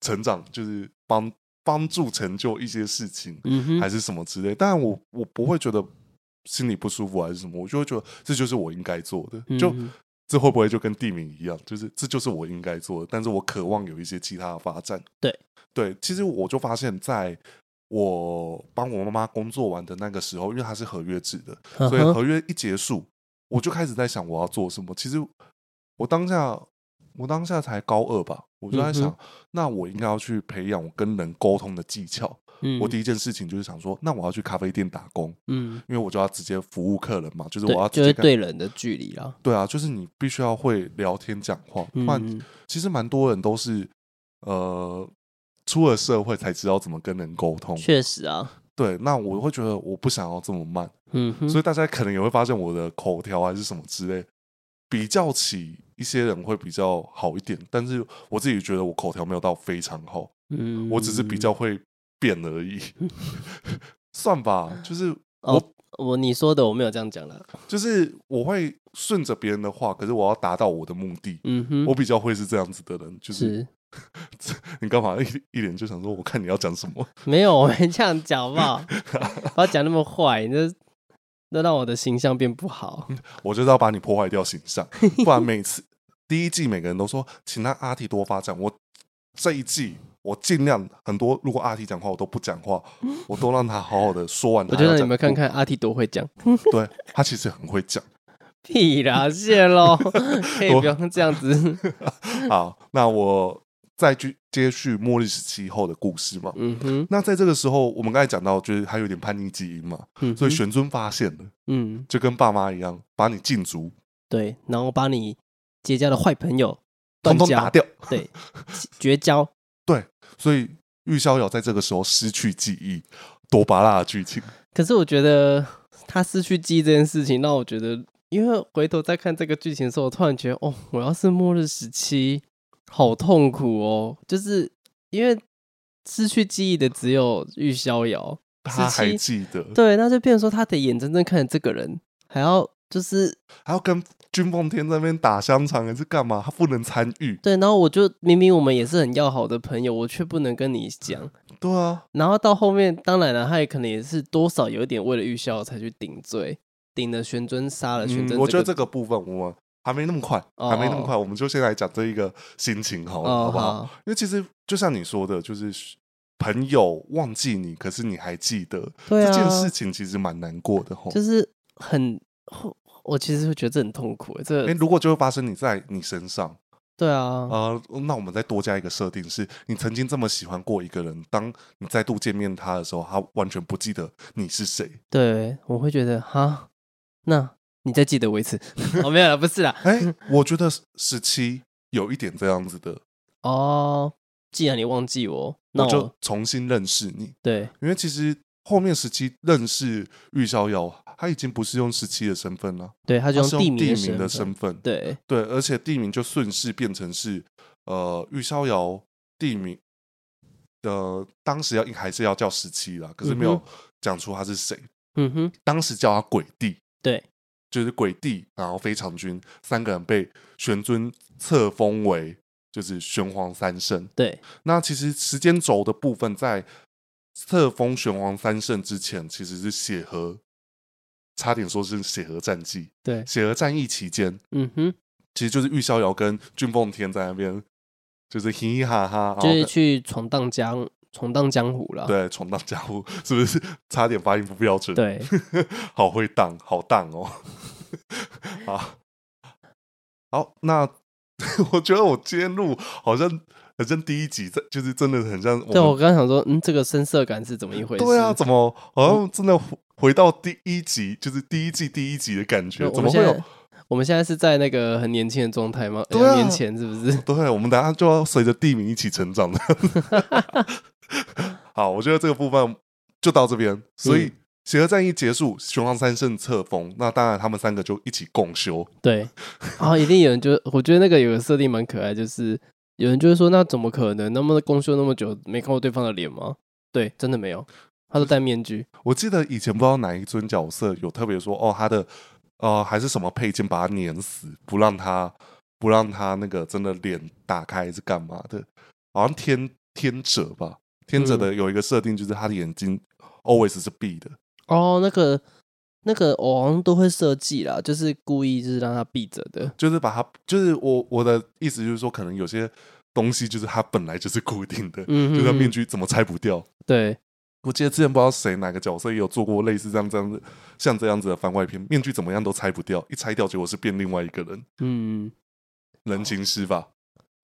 Speaker 1: 成长，就是帮帮助成就一些事情，
Speaker 2: 嗯
Speaker 1: 还
Speaker 2: 哼，
Speaker 1: 是什么之类。但我我不会觉得心里不舒服还是什么，我就会觉得这就是我应该做的，就。
Speaker 2: 嗯哼
Speaker 1: 这会不会就跟地名一样？就是这就是我应该做的，但是我渴望有一些其他的发展。
Speaker 2: 对
Speaker 1: 对，其实我就发现，在我帮我妈妈工作完的那个时候，因为她是合约制的，所以
Speaker 2: 嗯哼
Speaker 1: 合约一结束，我就开始在想我要做什么。其实我当下，我当下才高二吧，我就在想，
Speaker 2: 嗯
Speaker 1: 那我应该要去培养我跟人沟通的技巧。
Speaker 2: 嗯
Speaker 1: 我第一件事情就是想说，那我要去咖啡店打工，
Speaker 2: 嗯，
Speaker 1: 因为我就要直接服务客人嘛，就是
Speaker 2: 对
Speaker 1: 我要，直
Speaker 2: 就
Speaker 1: 接
Speaker 2: 是
Speaker 1: 跟
Speaker 2: 对人的距离啦。
Speaker 1: 对啊，就是你必须要会聊天讲话，不然
Speaker 2: 嗯，
Speaker 1: 其实蛮多人都是呃出了社会才知道怎么跟人沟通。
Speaker 2: 确实啊，
Speaker 1: 对，那我会觉得我不想要这么慢，
Speaker 2: 嗯哼，
Speaker 1: 所以
Speaker 2: 以
Speaker 1: 大家可能也会发现我的口条还是什么之类，比较起一些人会比较好一点，但是我自己觉得我口条没有到非常好，
Speaker 2: 嗯
Speaker 1: 我只是比较会变而已， 算吧，就是
Speaker 2: 哦，我你说的我没有这样讲啦。
Speaker 1: 就是我会顺着别人的话，可是我要达到我的目的。
Speaker 2: 嗯哼，
Speaker 1: 我比较会是这样子的人，就是
Speaker 2: 是
Speaker 1: 你干嘛 一一脸就想说，我看你要讲什么？
Speaker 2: 没有，我没这样讲好不好？不要讲那么坏，你这那让我的形象变不好。
Speaker 1: 我就是要把你破坏掉形 象，不然每次第一季每个人都说，请让阿 T 多发展。我这一季我尽量很多，如果阿 T 讲话我都不讲话，我都让他好好的说 完他
Speaker 2: 嗯
Speaker 1: 要
Speaker 2: 我
Speaker 1: 讲
Speaker 2: 就
Speaker 1: 的。
Speaker 2: 让你们看看阿 T 多会讲，
Speaker 1: 不，对他其实很会讲。
Speaker 2: 屁啦，谢喽，可以
Speaker 1: 我
Speaker 2: 不用这样子。
Speaker 1: 好，那我再去接续末日时期后的故事嘛。
Speaker 2: 嗯哼，
Speaker 1: 那在这个时候，我们刚才讲到，就是他有点叛逆基因嘛，
Speaker 2: 嗯哼
Speaker 1: 所以玄尊发现了，
Speaker 2: 嗯
Speaker 1: 就跟爸妈一样，把你禁足，
Speaker 2: 对，然后把你结交的坏朋友断
Speaker 1: 通通
Speaker 2: 交
Speaker 1: 打掉。
Speaker 2: 对，绝交。
Speaker 1: 所以玉逍遥在这个时候失去记忆，多巴拉的剧情。
Speaker 2: 可是我觉得他失去记忆这件事情，让我觉得，因为回头再看这个剧情的时候，我突然觉得，哦，我要是末日时期，好痛苦哦，就是因为失去记忆的只有玉逍遥，
Speaker 1: 他还
Speaker 2: 17
Speaker 1: 记得，
Speaker 2: 对，那就变成说他得眼睁睁看着这个人，还要就是
Speaker 1: 还要跟君奉天在那边打香肠还是干嘛？他不能参与。
Speaker 2: 对，然后我就明明我们也是很要好的朋友，我却不能跟你讲。
Speaker 1: 对啊，
Speaker 2: 然后到后面，当然了，他也可能也是多少有一点为了玉逍遥才去顶罪，顶了玄尊，杀了玄
Speaker 1: 嗯
Speaker 2: 尊、
Speaker 1: 我觉得这个部分我们还没那么快，
Speaker 2: 哦
Speaker 1: 还没那么快，我们就先来讲这一个心情好了，
Speaker 2: 哦
Speaker 1: 好不好？
Speaker 2: 好
Speaker 1: 因为其实就像你说的，就是朋友忘记你，可是你还记得、
Speaker 2: 对啊
Speaker 1: 这件事情，其实蛮难过的吼。
Speaker 2: 就是很，我其实会觉得这很痛苦。欸这
Speaker 1: 哎、
Speaker 2: 个
Speaker 1: 如果就会发生你在你身上，
Speaker 2: 对啊，
Speaker 1: 呃，那我们再多加一个设定是，你曾经这么喜欢过一个人，当你再度见面他的时候，他完全不记得你是谁。
Speaker 2: 对，我会觉得哈，那你再记得我一次。 哦，没有了，不是啦。
Speaker 1: 哎、我觉得十七有一点这样子的，
Speaker 2: 哦，既然你忘 记我，那
Speaker 1: 我
Speaker 2: 我
Speaker 1: 就重新认识你，
Speaker 2: 对，
Speaker 1: 因为其实后面十七认识玉逍遥，他已经不是用十七的身份了，
Speaker 2: 对，他
Speaker 1: 他
Speaker 2: 就是地
Speaker 1: 用地名
Speaker 2: 名
Speaker 1: 的
Speaker 2: 身
Speaker 1: 身
Speaker 2: 份，
Speaker 1: 份，
Speaker 2: 对，
Speaker 1: 对，而且地名就顺势变成是呃玉逍遥地名。呃，当时要还是要叫十七啦，可是没有、
Speaker 2: 嗯
Speaker 1: 讲出他是谁。
Speaker 2: 嗯哼，
Speaker 1: 当时叫他鬼帝，
Speaker 2: 对，
Speaker 1: 就是鬼帝，然后非常君三个人被玄尊册封为就是玄黄三圣。
Speaker 2: 对，
Speaker 1: 那其实时间轴的部分，在册封玄黄三圣之前，其实是血河，差点说是血河战记。
Speaker 2: 对，
Speaker 1: 血河战役期间，
Speaker 2: 嗯哼，
Speaker 1: 其实就是玉逍遥跟俊奉天在那边就是嘻嘻哈哈，然后
Speaker 2: 就是去闯荡江闯荡江湖了。
Speaker 1: 对闯荡江湖，是不是差点发音不标准？
Speaker 2: 对，
Speaker 1: 好会荡，好荡哦！ 好，好，那 我觉得我今天录好像很像第一集，这就是真的很像我
Speaker 2: 对我
Speaker 1: 们
Speaker 2: 刚想说，嗯，这个深色感是怎么一回事？
Speaker 1: 对啊，怎么好像真的回回到第一集，就是第一季第一集的感觉？
Speaker 2: 我
Speaker 1: 怎么
Speaker 2: 们
Speaker 1: 会
Speaker 2: 现
Speaker 1: 有
Speaker 2: 在？我们现在是在那个很年轻的状态吗？
Speaker 1: 对啊
Speaker 2: 两年前是不是？
Speaker 1: 对，我们等下就要随着地名一起成长的。 好，我觉得这个部分就到这边。所以
Speaker 2: 嗯
Speaker 1: 邪恶战役结束，雄狼三圣册封，那当然他们三个就一起共修。
Speaker 2: 对，然后一定有人就，我觉得那个有个设定蛮可爱，就是有人就会说，那怎么可能？那么公休那么久，没看过对方的脸吗？对，真的没有，他都戴面具。
Speaker 1: 我记得以前不知道哪一尊角色有特别说哦，他的呃还是什么配件把他碾死，不让他不让他那个真的脸打开是干嘛的？好像天天者吧，天者
Speaker 2: 嗯
Speaker 1: 的有一个设定就是他的眼睛 always 是闭的，
Speaker 2: 哦，那个那个我好像都会设计啦，就是故意就是让他闭着的。
Speaker 1: 就是把它就是我我的意思就是说，可能有些东西就是它本来就是固定的，
Speaker 2: 嗯，
Speaker 1: 就像面
Speaker 2: 具。
Speaker 1: 具怎么拆不掉。
Speaker 2: 对，
Speaker 1: 我记得之前不知道谁哪个角色也有做过类似这样这样子像这样子的番外篇，面具怎么样都拆不掉，一拆掉结果是变另外一个人，
Speaker 2: 嗯，
Speaker 1: 人情师吧。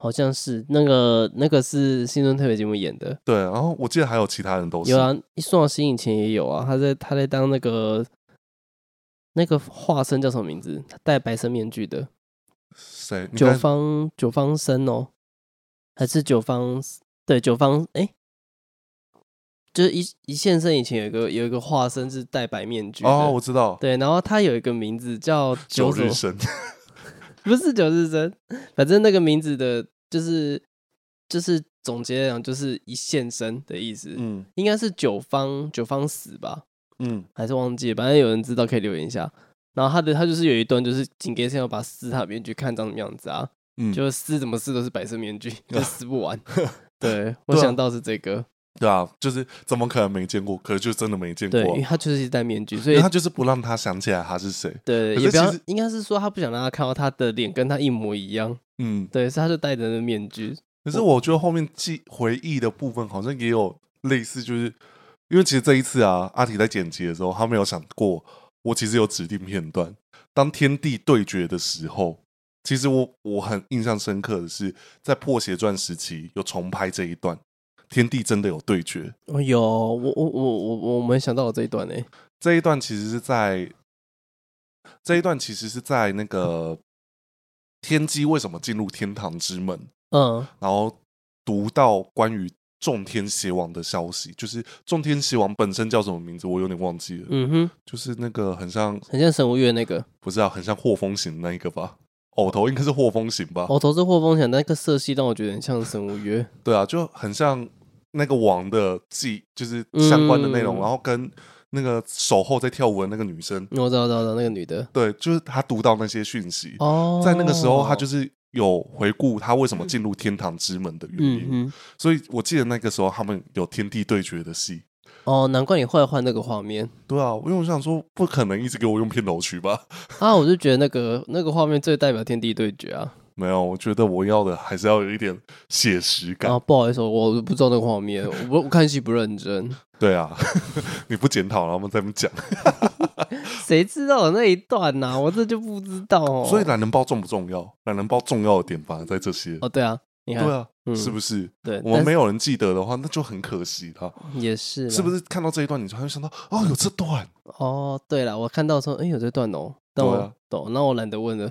Speaker 2: 好像是那个那个是新春特别节目演的，
Speaker 1: 对，然后我记得还有其他人都是，
Speaker 2: 有啊，宋小新以前也有啊，他在他在当那个那个化身叫什么名字？他戴白色面具的
Speaker 1: 谁？你
Speaker 2: 九
Speaker 1: 看
Speaker 2: 方九方生哦，还是九方对九方哎、就是一一线生以前有一个有一个化身是戴白面具的
Speaker 1: 哦，我知道，
Speaker 2: 对，然后他有一个名字叫
Speaker 1: 九
Speaker 2: 九什么
Speaker 1: 日神，
Speaker 2: 不是九日生，反正那个名字的，就是就是总结来讲，就是一现身的意思，
Speaker 1: 嗯
Speaker 2: 应该是九方九方死吧，
Speaker 1: 嗯，
Speaker 2: 还是忘记了，反正有人知道可以留言一下。然后他的他就是有一段就是警戒线要把撕他的面具看长什么样子啊，
Speaker 1: 嗯。
Speaker 2: 就是撕怎么撕都是白色面具，就撕不完 对，我
Speaker 1: 对啊
Speaker 2: 想到是这个，
Speaker 1: 对啊，就是怎么可能没见过？可是就真的没见过
Speaker 2: 对，
Speaker 1: 啊，
Speaker 2: 因为他就是一戴面具，所
Speaker 1: 因
Speaker 2: 以
Speaker 1: 为他就是不让他想起来他是谁。
Speaker 2: 对
Speaker 1: 可
Speaker 2: 也
Speaker 1: 是
Speaker 2: 不要
Speaker 1: 其实，
Speaker 2: 应该是说他不想让他看到他的脸跟他一模一样，
Speaker 1: 嗯，
Speaker 2: 对，所以他就戴着那面具，
Speaker 1: 可是我觉得后面记回忆的部分好像也有类似，就是因为其实这一次啊，阿提在剪辑的时候，他没有想过我其实有指定片段。当天地对决的时候，其实我我很印象深刻的是，在破邪传时期有重拍这一段，天地真的有对决。
Speaker 2: 哦，有我我我我我没想到我这一段呢、
Speaker 1: 这一段其实是在这一段其实是在那个天机为什么进入天堂之门
Speaker 2: 嗯，
Speaker 1: 然后读到关于众天邪王的消息，就是众天邪王本身叫什么名字，我有点忘记了，
Speaker 2: 嗯哼，
Speaker 1: 就是那个很像，
Speaker 2: 很像神无月那个，
Speaker 1: 不是啊，很像霍风行那一个吧。偶头应该是霍风行吧？
Speaker 2: 我投资霍风想那个色系让我觉得很像神无月，
Speaker 1: 对啊，就很像那个王的记，就是相关的内容，
Speaker 2: 嗯
Speaker 1: 然后跟那个守候在跳舞的那个女生，
Speaker 2: 我知道我知道我知道那个女的
Speaker 1: 对，就是她读到那些讯息，
Speaker 2: 哦，
Speaker 1: 在那个时候，她就是有回顾她为什么进入天堂之门的原因，
Speaker 2: 嗯哼，
Speaker 1: 所以我记得那个时候他们有天地对决的戏，
Speaker 2: 哦，难怪你后来换那个画面
Speaker 1: 对啊，因为我想说，不可能一直给我用片头曲吧？
Speaker 2: 啊，我就觉得那个那个画面最代表天地对决啊，
Speaker 1: 没有，我觉得我要的还是要有一点写实感。
Speaker 2: 然后不好意思，我不知道那个画面，我不我看戏不认真，
Speaker 1: 对啊， 你不检讨，然后我们再讲，
Speaker 2: 谁知道有那一段呐、我这就不知道哦，
Speaker 1: 所以懒人包重不重要？懒人包重要的点反而在这些。
Speaker 2: 哦对啊，你看
Speaker 1: 对啊，
Speaker 2: 嗯
Speaker 1: 是不是？
Speaker 2: 对，
Speaker 1: 我们没
Speaker 2: 有
Speaker 1: 有人记得的话，那就很可惜了。
Speaker 2: 也是啦
Speaker 1: 是不是看到这一段，你才会想到哦，有这段？
Speaker 2: 哦，对了，我看到说，哎、有这段哦，但
Speaker 1: 对
Speaker 2: 我
Speaker 1: 啊
Speaker 2: 懂，那我懒得问了。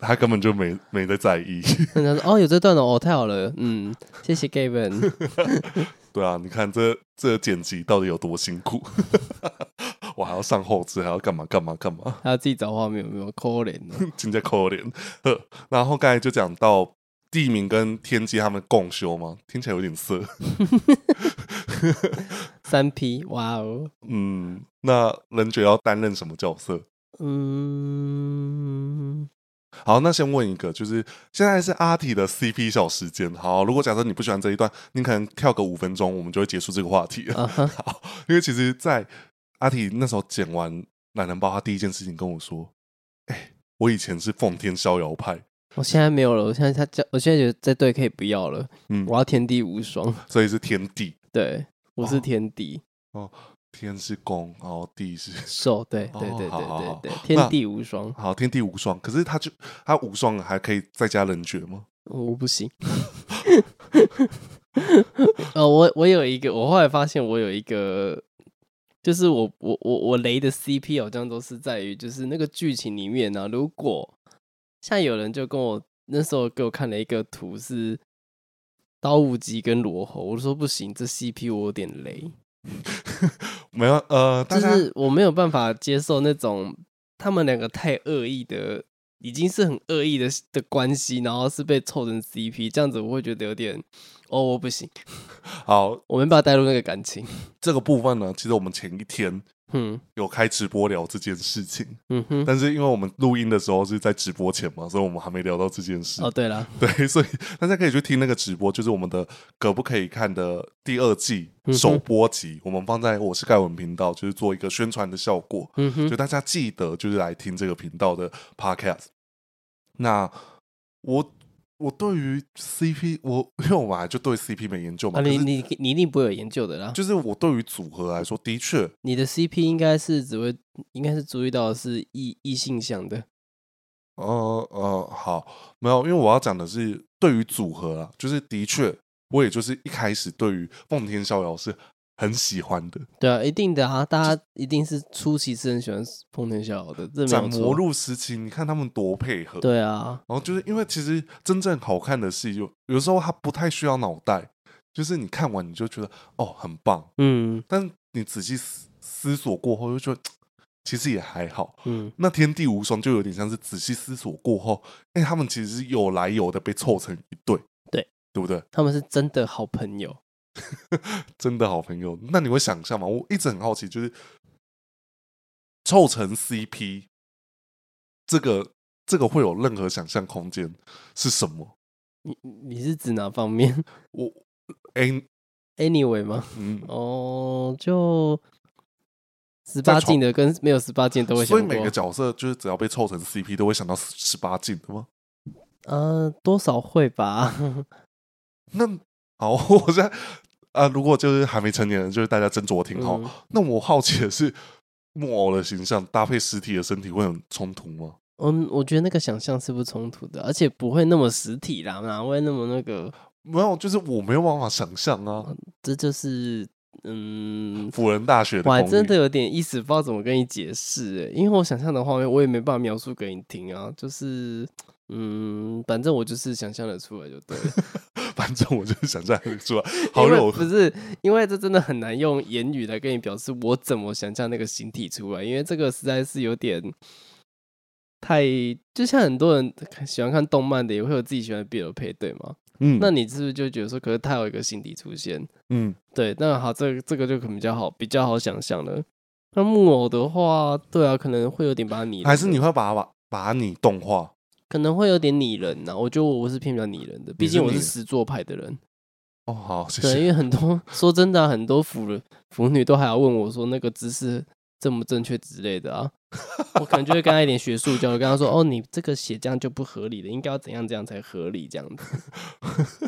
Speaker 1: 他根本就没没在在意。
Speaker 2: 那他说，哦，有这段哦，哦，太好了，嗯，谢谢 Gavin。
Speaker 1: 对啊，你看这这剪辑到底有多辛苦？ 我还要上后置，还要干嘛干嘛干嘛？
Speaker 2: 还要自己找画面，有没有可怜哦？
Speaker 1: 呃真在可怜。呵然后刚才就讲到地名跟天机他们共修吗？听起来有点色。
Speaker 2: 三 P，哇哦，
Speaker 1: 嗯，那人觉要担任什么角色？
Speaker 2: 嗯，
Speaker 1: 好，那先问一个，就是现在是阿体的 CP 小时间。好，如果假设你不喜欢这一段，你可能跳个五分钟，我们就会结束这个话题了。
Speaker 2: 啊哈，
Speaker 1: 好，因为其实，在阿体那时候剪完懒人包，他第一件事情跟我说：“哎、我以前是奉天逍遥派，
Speaker 2: 我现在没有了，我现在他叫，我现在觉得这队可以不要了，
Speaker 1: 嗯
Speaker 2: 我要天地无双，
Speaker 1: 所以是天地，
Speaker 2: 对，我
Speaker 1: 哦
Speaker 2: 是天地，
Speaker 1: 天是公，然后地是
Speaker 2: 兽，对对
Speaker 1: 哦
Speaker 2: 对对
Speaker 1: 好好好
Speaker 2: 对对，
Speaker 1: 那
Speaker 2: 天地无双，
Speaker 1: 好，天地无双。可是他就他无双还可以再加人爵吗？
Speaker 2: 我不行。呃，我我有一个，我后来发现我有一个，就是我我我我雷的 CP 好像都是在于就是那个剧情里面呢、啊如果像有人就跟我那时候给我看了一个图是刀无极跟罗喉，我说不行，这 CP 我有点雷，
Speaker 1: 没有，呃，大
Speaker 2: 就
Speaker 1: 家
Speaker 2: 是我没有办法接受那种他们两个太恶意的，已经是很恶意的的关系，然后是被凑成 CP，这样子我会觉得有点，哦，我不行，
Speaker 1: 好
Speaker 2: 我没办法带入那个感情。
Speaker 1: 这个部分呢，其实我们前一天
Speaker 2: 嗯
Speaker 1: 有开直播聊这件事情，
Speaker 2: 嗯哼，
Speaker 1: 但是因为我们录音的时候是在直播前嘛，所以我们还没聊到这件事。
Speaker 2: 哦对了，
Speaker 1: 对， 所以大家可以去听那个直播，就是我们的“可不可以看”的第二季首播
Speaker 2: 嗯
Speaker 1: 集，我们放在我是盖文频道，就是做一个宣传的效果，
Speaker 2: 嗯
Speaker 1: 所
Speaker 2: 哼
Speaker 1: 以，大家记得就是来听这个频道的 podcast。那我我对于 CP，我 因为我本来就对 CP 没研究嘛，
Speaker 2: 啊
Speaker 1: 可
Speaker 2: 你
Speaker 1: 是
Speaker 2: 你你一定不会有研究的啦，
Speaker 1: 就是我对于组合来说，的确
Speaker 2: 你的 CP 应该是只会应该是注意到的是异异性向的，
Speaker 1: 呃呃，好，没有，因为我要讲的是对于组合啊，就是的确，我也就是一开始对于奉天逍遥是很喜欢的，
Speaker 2: 对啊，一定的啊，大家一定是初期是很喜欢碰天笑的，这没
Speaker 1: 斩
Speaker 2: 有
Speaker 1: 魔
Speaker 2: 错。
Speaker 1: 录时期，你看他们多配合，
Speaker 2: 对啊，
Speaker 1: 然后就是因为其实真正好看的戏，有有时候它不太需要脑袋，就是你看完你就觉得哦很棒，
Speaker 2: 嗯
Speaker 1: 但你仔细思思索过后，就觉得嘖其实也还好。
Speaker 2: 嗯，
Speaker 1: 那天地无双就有点像是仔细思索过后，哎、他们其实是有来由的被凑成一对，
Speaker 2: 对
Speaker 1: 对不对？
Speaker 2: 他们是真的好朋友。
Speaker 1: 真的好朋友。那你会想象吗？我一直很好奇，就是凑成 CP 这个这个会有任何想象空间是什么？
Speaker 2: 你你是指哪方面
Speaker 1: 我哎、
Speaker 2: ？Anyway 吗？
Speaker 1: 嗯，
Speaker 2: 哦，就十八禁的跟没有十八禁都会
Speaker 1: 所以
Speaker 2: 想
Speaker 1: 每个
Speaker 2: 过，
Speaker 1: 角色就是只要被凑成 CP，都会想到十八禁的吗？
Speaker 2: 呃，多少会吧。
Speaker 1: 那好， 我现在啊、如果就是还没成年人，就是大家斟酌听好。
Speaker 2: 嗯
Speaker 1: 那我好奇的是，木偶的形象搭配实体的身体会很冲突吗？
Speaker 2: 嗯，我觉得那个想象是不冲突的，而且不会那么实体啦，哪会那么那个？
Speaker 1: 没有，就是我没有办法想象啊。
Speaker 2: 这就是嗯，
Speaker 1: 辅仁大学的
Speaker 2: 我还
Speaker 1: 公
Speaker 2: 真
Speaker 1: 寓
Speaker 2: 的有点一时不知道怎么跟你解释欸、因为我想象的画面我也没办法描述给你听啊，就是嗯，反正我就是想象的出来就对了。
Speaker 1: 反正我就是想象得 出来，好
Speaker 2: 因为
Speaker 1: 有
Speaker 2: 不是因为这真的很难用言语来跟你表示我怎么想象那个形体出来，因为这个实在是有点太，就像很多人看喜欢看动漫的，也会有自己喜欢的 BL 配对嘛。
Speaker 1: 嗯
Speaker 2: 那你是不是就觉得说，可是他有一个形体出现？
Speaker 1: 嗯
Speaker 2: 对，那好，这个这个就可能比较好，比较好想象了。那木偶的话，对啊，可能会有点把它拟人的，
Speaker 1: 还是你会把它把把你动画
Speaker 2: 可能会有点拟人呐、我觉得我我是偏比较拟人的，毕
Speaker 1: 你是
Speaker 2: 竟我
Speaker 1: 拟
Speaker 2: 是
Speaker 1: 人
Speaker 2: 实作派的人。
Speaker 1: 哦，好谢
Speaker 2: 对，因
Speaker 1: 谢。
Speaker 2: 为很多 说真的啊、很多腐人腐女都还要问我说那个姿势正不正确之类的啊。我可能就会跟他一点学术交流，跟他说：“哦，你这个写这样就不合理的，应该要怎样怎样才合理，这样子，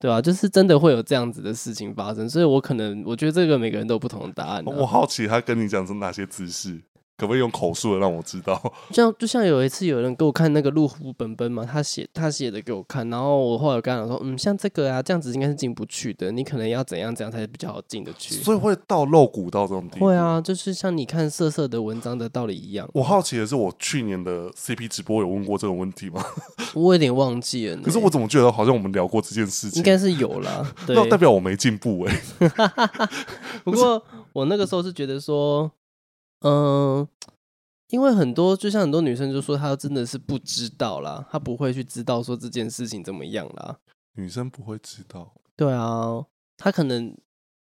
Speaker 2: 对啊，就是真的会有这样子的事情发生，所以我可能我觉得这个每个人都有不同的答案、啊。
Speaker 1: 我好奇他跟你讲是哪些姿势，可不可以用口述的让我知道？
Speaker 2: 像就像有一次有人给我看那个《路虎本本》嘛，他写他写的给我看，然后我后来我跟他讲说：“嗯，像这个啊，这样子应该是进不去的，你可能要怎样怎样才比较好进得去。”
Speaker 1: 所以会到露骨到这种地步。
Speaker 2: 会，啊，就是像你看色色的文章的道理一样，
Speaker 1: 我好奇的是，我去年的 CP 直播有问过这个问题吗？
Speaker 2: 我有点忘记了呢。
Speaker 1: 可是我怎么觉得好像我们聊过这件事
Speaker 2: 应
Speaker 1: 情？
Speaker 2: 该是 有啦，对
Speaker 1: 那。代表我没进步哎、
Speaker 2: 不过我那个时候是觉得说，嗯、因为很多就像很多女生就说她真的是不知道啦，她不会去知道说这件事情怎么样啦。
Speaker 1: 女生不会知道，
Speaker 2: 对啊，她可能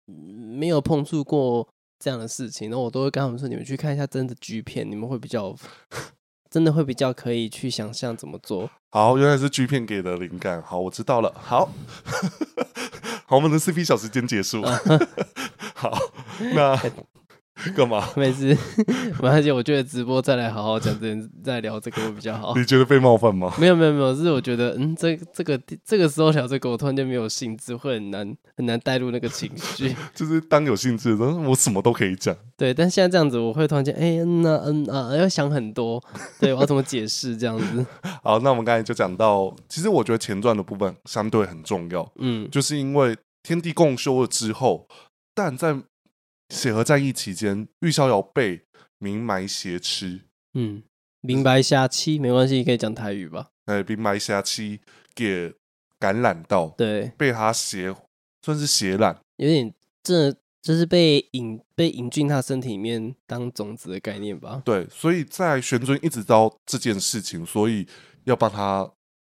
Speaker 2: 嗯没有碰触过这样的事情，然后我都会跟他们说，你们去看一下真的 G 片，你们会比较 真的会比较可以去想象怎么做。
Speaker 1: 好，原来是 G 片给的灵感。好，我知道了。好， 好，我们的 CP 小时间结束。 好，那 干嘛？
Speaker 2: 每次 没关系，我觉得直播再来好好讲这件，再聊这个会比较好。
Speaker 1: 你觉得被冒犯吗？
Speaker 2: 没有没有没有，是我觉得，嗯，这这个这个时候聊这个，我突然就没有兴致，会很难很难带入那个情绪。
Speaker 1: 就是当有兴致的时候，我什么都可以讲。
Speaker 2: 对，但现在这样子，我会突然间，哎、嗯呐、嗯啊，要想很多，对我要怎么解释这样子？
Speaker 1: 好，那我们刚才就讲到，其实我觉得前传的部分相对很重要，
Speaker 2: 嗯，
Speaker 1: 就是因为天地共修了之后，但在血河战役期间，玉逍遥被明埋挟持，
Speaker 2: 嗯，明白下期没关系，可以讲台语吧？
Speaker 1: 呃，明埋挟妻给感染到，
Speaker 2: 对，
Speaker 1: 被他挟，算是挟染。
Speaker 2: 有点这就是被引被引进他身体里面当种子的概念吧？
Speaker 1: 对，所以在玄尊一直到这件事情，所以要帮他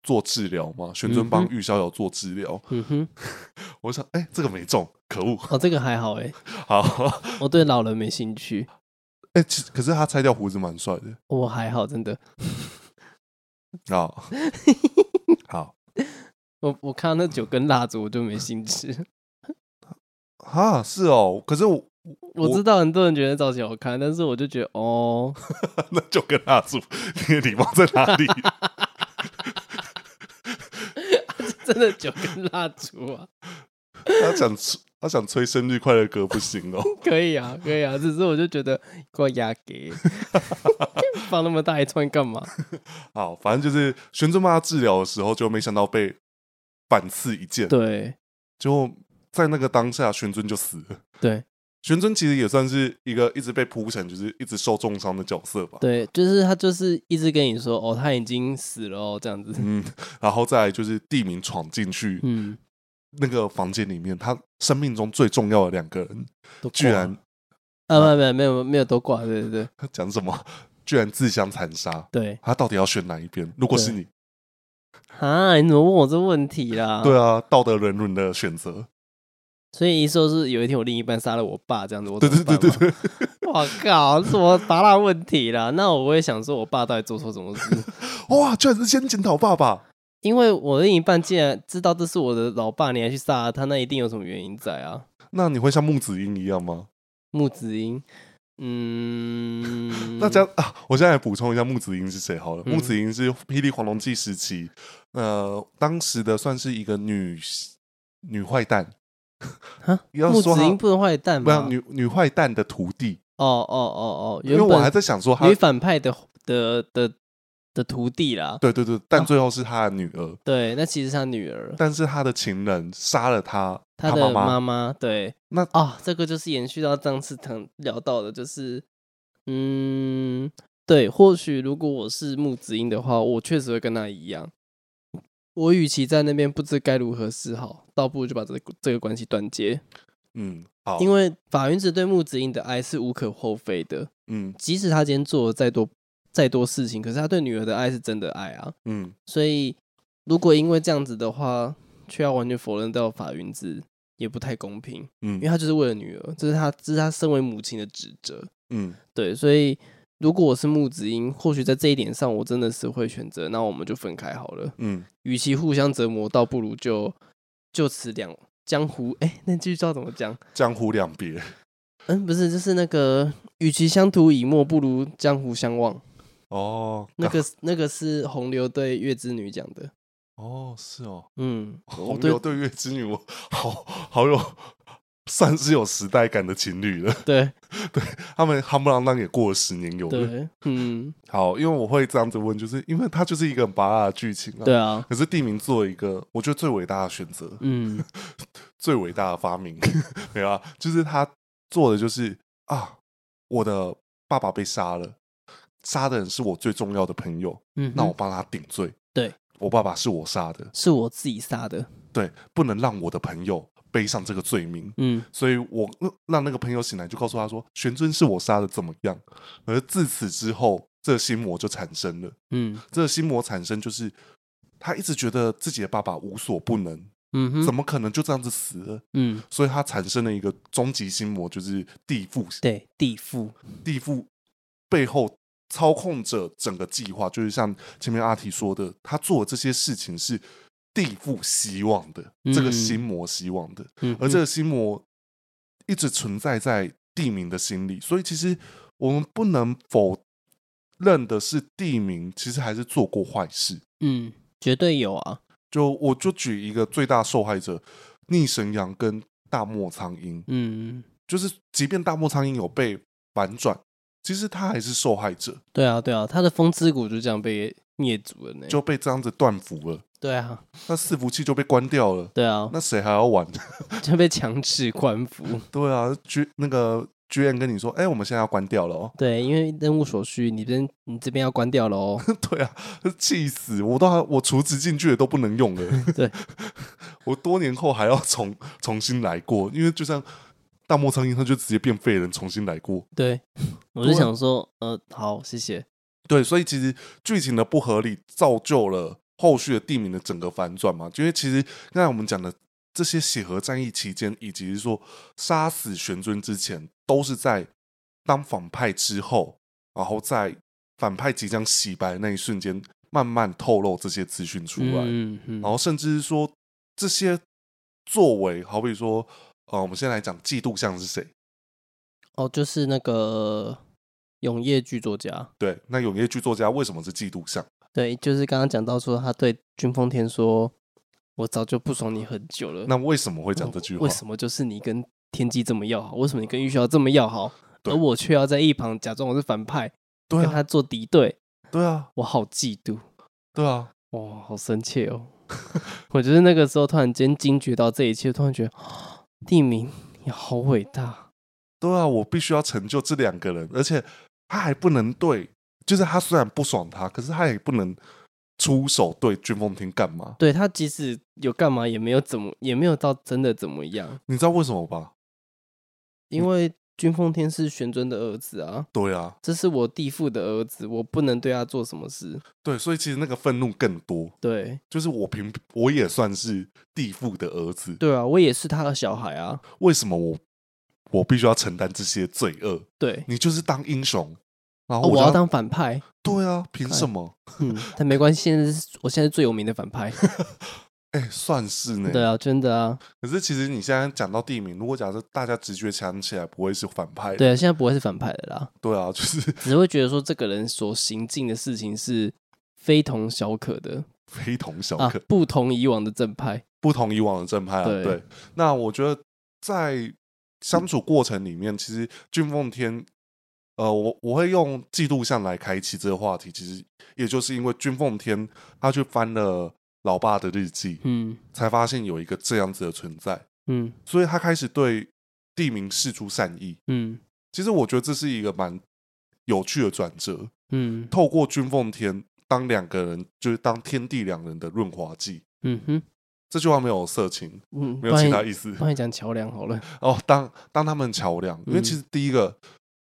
Speaker 1: 做治疗嘛。玄尊帮
Speaker 2: 嗯
Speaker 1: 玉逍遥做治疗，
Speaker 2: 嗯哼，
Speaker 1: 我想，哎、这个没中，可恶。
Speaker 2: 哦，这个还好哎，
Speaker 1: 好，哎、
Speaker 2: 我对老人没兴趣，
Speaker 1: 其实可是他拆掉胡子蛮帅的
Speaker 2: 我还好，真的，
Speaker 1: 啊。好
Speaker 2: 我我看到那九根蜡烛我就没兴致。
Speaker 1: 哈，是哦。可是我
Speaker 2: 我知道很多人觉得造型好看，但是我就觉得哦，
Speaker 1: 那就跟蜡烛，你的礼貌在哪里？
Speaker 2: 真的九根蜡烛啊，
Speaker 1: 他想吹，他想吹生日快乐歌不行哦。
Speaker 2: 可以啊，可以啊，只是我就觉得给我压给， 放那么大一串干嘛？
Speaker 1: 好，反正就是玄尊帮他治疗的时候，就没想到被反刺一剑，
Speaker 2: 对
Speaker 1: 结果在那个当下，玄尊就死了。
Speaker 2: 对
Speaker 1: 玄尊其实也算是一个一直被铺陈，就是一直受重伤的角色吧。
Speaker 2: 对，就是他就是一直跟你说哦，他已经死了哦，这样子，
Speaker 1: 嗯，然后再来就是地名闯进去
Speaker 2: 嗯，
Speaker 1: 那个房间里面，他生命中最重要的两个人，
Speaker 2: 都挂
Speaker 1: 居然
Speaker 2: 啊，没有没有没有没有都挂，对对对
Speaker 1: 他讲什么？居然自相残杀，
Speaker 2: 对，
Speaker 1: 他到底要选哪一边？如果是你，
Speaker 2: 啊，你怎么问我这问题啦？
Speaker 1: 对，啊，道德沦沦的选择，
Speaker 2: 所以一说是有一天我另一半杀了我爸这样子，我
Speaker 1: 对对对对对，
Speaker 2: 对，我靠，什么答烂问题啦？那我会想说我爸到底做错什么事？
Speaker 1: 哇，居然是先检讨爸爸，
Speaker 2: 因为我另一半既然知道这是我的老爸，你还去杀他，那一定有什么原因在啊？
Speaker 1: 那你会像木子英一样吗？
Speaker 2: 木子英，嗯，
Speaker 1: 那这样啊，我现在来补充一下木子英是谁好了。
Speaker 2: 嗯
Speaker 1: 木子英是《霹雳黄龙记》时期，呃，当时的算是一个女女坏蛋，
Speaker 2: 啊
Speaker 1: 要
Speaker 2: 木子
Speaker 1: 说他
Speaker 2: 英不能坏蛋
Speaker 1: 不要
Speaker 2: 吗？
Speaker 1: 女女坏蛋的徒弟。
Speaker 2: 哦哦哦哦，
Speaker 1: 因为
Speaker 2: 原
Speaker 1: 我还
Speaker 2: 本
Speaker 1: 在想说她
Speaker 2: 女，反派的的的的徒弟啦，
Speaker 1: 对对对，但最后是她的女儿，
Speaker 2: 对，那其实是他女儿，
Speaker 1: 但是她的情人杀了她，
Speaker 2: 他
Speaker 1: 她
Speaker 2: 的
Speaker 1: 妈
Speaker 2: 妈妈，对，
Speaker 1: 那
Speaker 2: 啊、这个就是延续到上次谈聊到的，就是嗯，对，或许如果我是木子英的话，我确实会跟他一样。我与其在那边不知该如何是好，倒不如就把这个这个关系断绝。
Speaker 1: 嗯，好，
Speaker 2: 因
Speaker 1: 为
Speaker 2: 为法云子对木子英的爱是无可厚非的，
Speaker 1: 嗯
Speaker 2: 即使他今天做了再多再多事情，可是他对女儿的爱是真的爱啊。
Speaker 1: 嗯，
Speaker 2: 所以如果因为这样子的话，却要完全否认掉法云子，也不太公平。
Speaker 1: 嗯
Speaker 2: 因为他就是为了女儿，这是他这是他身为母亲的职责。
Speaker 1: 嗯
Speaker 2: 对，所以如果我是木子英，或许在这一点上，我真的是会选择，那我们就分开好了。
Speaker 1: 嗯，
Speaker 2: 与其互相折磨，倒不如就就此两江湖。哎、那句叫怎么讲？
Speaker 1: 江湖两别，
Speaker 2: 嗯，不是，就是那个，与其相濡以沫，不如江湖相忘。
Speaker 1: 哦，
Speaker 2: 那个、那个是红流对月之女讲的。
Speaker 1: 哦是哦，
Speaker 2: 嗯，我
Speaker 1: 红
Speaker 2: 对
Speaker 1: 流对月之女，我好好有算是有时代感的情侣了。
Speaker 2: 对
Speaker 1: 他们夯不啷当也过了十年有了。
Speaker 2: 对，嗯，
Speaker 1: 好，因为我会这样子问，就是因为它就是一个很拔辣的剧情啊。
Speaker 2: 对。啊，
Speaker 1: 可是地名做一个，我觉得最伟大的选择，
Speaker 2: 嗯，
Speaker 1: 最伟大的发明， 没有啊，就是他做的就是啊，我的爸爸被杀了，杀的人是我最重要的朋友，
Speaker 2: 嗯
Speaker 1: 那我帮他顶罪。
Speaker 2: 对，
Speaker 1: 我爸爸是我杀的，
Speaker 2: 是我自己杀的。
Speaker 1: 对，不能让我的朋友背上这个罪名。
Speaker 2: 嗯，
Speaker 1: 所以我呃让那个朋友醒来，就告诉他说：“玄尊是我杀的，怎么样？”而自此之后，这心魔就产生了。
Speaker 2: 嗯
Speaker 1: 这个心魔产生就是他一直觉得自己的爸爸无所不能，
Speaker 2: 嗯哼，
Speaker 1: 怎么可能就这样子死了？
Speaker 2: 嗯，
Speaker 1: 所以他产生了一个终极心魔，就是地父。
Speaker 2: 对，地缚，
Speaker 1: 地父背后操控着整个计划，就是像前面阿提说的，他做的这些事情是地父希望的，这个
Speaker 2: 嗯
Speaker 1: 心魔希望的。
Speaker 2: 嗯，
Speaker 1: 而这
Speaker 2: 嗯
Speaker 1: 个心魔一直存在在地名的心里，所以其实我们不能否认的是，地名其实还是做过坏事。
Speaker 2: 嗯，绝对有啊，
Speaker 1: 就我就举一个最大受害者，逆神羊跟大漠苍鹰，
Speaker 2: 嗯，
Speaker 1: 就是即便大漠苍鹰有被反转，其实他还是受害者，
Speaker 2: 对啊，对啊，他的风之谷就这样被灭族了呢。
Speaker 1: 就被这样子断服了，
Speaker 2: 对啊，
Speaker 1: 那伺服器就被关掉了，
Speaker 2: 对啊，
Speaker 1: 那谁还要玩？
Speaker 2: 就被强制关服。
Speaker 1: 对啊，居那个居然跟你说，哎、我们现在要关掉了哦。
Speaker 2: 对，因为任务所需，你这边你这边要关掉了哦。
Speaker 1: 对啊，气死！我都还我除职进去的都不能用了。
Speaker 2: 对，
Speaker 1: 我多年后还要重重新来过，因为就像大漠苍鹰，它就直接变废人，重新来过。
Speaker 2: 对， 我
Speaker 1: 对
Speaker 2: 就
Speaker 1: 啊
Speaker 2: 想说，呃，好，谢谢。
Speaker 1: 对，所以其实剧情的不合理造就了后续的地名的整个反转嘛。因为其实刚才我们讲的这些血河战役期间，以及是说杀死玄尊之前，都是在当反派之后，然后在反派即将洗白的那一瞬间，慢慢透露这些资讯出来。
Speaker 2: 嗯嗯
Speaker 1: 然后甚至是说这些作为，好比说，呃，我们先来讲嫉妒像是谁？
Speaker 2: 哦，就是那个永夜剧作家，
Speaker 1: 对，那永夜剧作家为什么是嫉妒像？
Speaker 2: 对，就是刚刚讲到说他对君丰田说：“我早就不爽你很久了。”
Speaker 1: 那为什么会讲这句话
Speaker 2: 呃哦为？什么就是你跟天机这么要好？为什么你跟玉秀这么要好，
Speaker 1: 对
Speaker 2: 而我却要在一旁假装我是反派，
Speaker 1: 对
Speaker 2: 跟
Speaker 1: 啊，
Speaker 2: 他做敌对？
Speaker 1: 对啊，
Speaker 2: 我好嫉妒，
Speaker 1: 对啊，
Speaker 2: 哇、好生气哦！ 我就是那个时候突然间惊觉到这一切，突然觉得啊地名你好伟大，
Speaker 1: 对啊！我必须要成就这两个人，而且他还不能对，就是他虽然不爽他，可是他也不能出手对君风亭干嘛？
Speaker 2: 对他即使有干嘛也没有怎么，也没有到真的怎么样，
Speaker 1: 你知道为什么吧？嗯
Speaker 2: 因为君奉天是玄尊的儿子啊，
Speaker 1: 对啊，
Speaker 2: 这是我弟父的儿子，我不能对他做什么事，
Speaker 1: 对，所以其实那个愤怒更多，
Speaker 2: 对
Speaker 1: 就是我凭我也算是地父的儿子，
Speaker 2: 对啊，我也是他的小孩啊，
Speaker 1: 为什么我我必须要承担这些罪恶？
Speaker 2: 对。
Speaker 1: 你就是当英雄，然
Speaker 2: 哦，
Speaker 1: 后
Speaker 2: 我
Speaker 1: 就
Speaker 2: 要当哎反派，
Speaker 1: 对啊，凭
Speaker 2: 看
Speaker 1: 什么？
Speaker 2: 嗯， 但没关系，现在是我现在最有名的反派，
Speaker 1: 哎、算是呢。
Speaker 2: 对啊，真的啊，
Speaker 1: 可是其实你现在讲到地名，如果假设大家直觉想起来，不会是反派。
Speaker 2: 对啊，现在不会是反派的啦，
Speaker 1: 对啊， 就是
Speaker 2: 只会觉得说这个人所行径的事情是非同小可的
Speaker 1: 非同小
Speaker 2: 啊
Speaker 1: 可，，
Speaker 2: 不同以往的正派，
Speaker 1: 不同以往的正派啊。
Speaker 2: 对
Speaker 1: 对，那我觉得在相处过程里面，其实俊凤天。呃，我我会用嫉妒相来开启这个话题，其实也就是因为君凤天他去翻了老爸的日记，
Speaker 2: 嗯
Speaker 1: 才发现有一个这样子的存在，
Speaker 2: 嗯
Speaker 1: 所以他开始对地名示出善意。
Speaker 2: 嗯
Speaker 1: 其实我觉得这是一个蛮有趣的转折，
Speaker 2: 嗯
Speaker 1: 透过君奉天当两个人，就是当天地两人的润滑剂。
Speaker 2: 嗯哼，
Speaker 1: 这句话没有色情，
Speaker 2: 嗯，
Speaker 1: 没有其他
Speaker 2: 思。
Speaker 1: 意思。
Speaker 2: 帮你讲桥梁好了，
Speaker 1: 哦，当当他们桥梁，因为
Speaker 2: 嗯
Speaker 1: 其实第一个，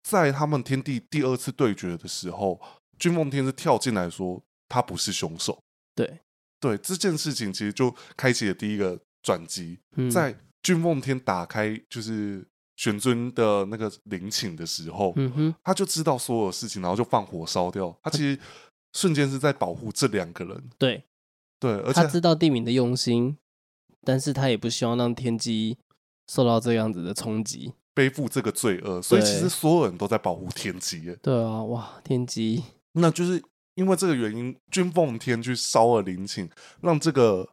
Speaker 1: 在他们天地第二次对决的时候，君奉天是跳进来说他不是凶手。
Speaker 2: 对
Speaker 1: 对这件事情，其实就开启了第一个转机。
Speaker 2: 嗯
Speaker 1: 在君奉天打开就是玄尊的那个陵寝的时候，
Speaker 2: 嗯哼，
Speaker 1: 他就知道所有事情，然后就放火烧掉。他其实瞬间是在保护这两个人，
Speaker 2: 对，
Speaker 1: 对，而
Speaker 2: 他
Speaker 1: 且
Speaker 2: 知道地名的用心，但是他也不希望让天机受到这样子的冲击，
Speaker 1: 背负这个罪恶，所以
Speaker 2: 对
Speaker 1: 其实所有人都在保护天机耶。
Speaker 2: 对啊，哇，天机，
Speaker 1: 那就是因为这个原因，君奉天去烧了陵寝，让这个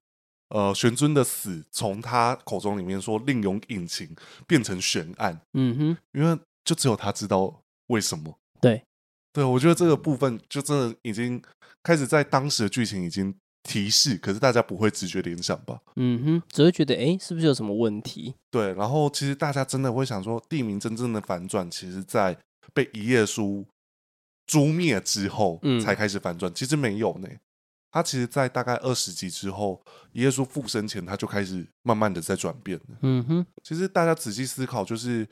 Speaker 1: 呃玄尊的死从他口中里面说另有隐情，变成悬案，
Speaker 2: 嗯哼。
Speaker 1: 因为就只有他知道为什么。
Speaker 2: 对，
Speaker 1: 对我觉得这个部分就真的已经开始在当时的剧情已经提示，可是大家不会直觉联想吧？
Speaker 2: 嗯哼，只会觉得哎、诶是不是有什么问题？
Speaker 1: 对，然后其实大家真的会想说，地名真正的反转，其实在被一页书诛灭之后
Speaker 2: 嗯
Speaker 1: 才开始反转，其实没有呢。他其实，在大概二十集之后，耶稣复生前，他就开始慢慢的在转变了。
Speaker 2: 嗯哼，
Speaker 1: 其实大家仔细思考，就是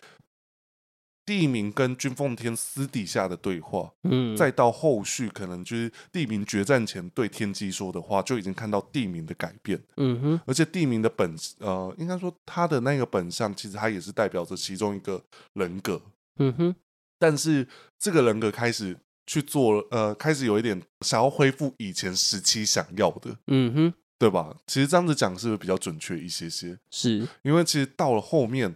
Speaker 1: 地名跟君奉天私底下的对话，
Speaker 2: 嗯，
Speaker 1: 再到后续可能就是地名决战前对天机说的话，就已经看到地名的改变。
Speaker 2: 嗯哼，
Speaker 1: 而且地名的本呃，应该说他的那个本相，其实他也是代表着其中一个人格。
Speaker 2: 嗯哼，
Speaker 1: 但是这个人格开始去做，呃，开始有一点想要恢复以前时期想要的，
Speaker 2: 嗯哼，
Speaker 1: 对吧？其实这样子讲是不是比较准确一些些？
Speaker 2: 是，
Speaker 1: 因为其实到了后面，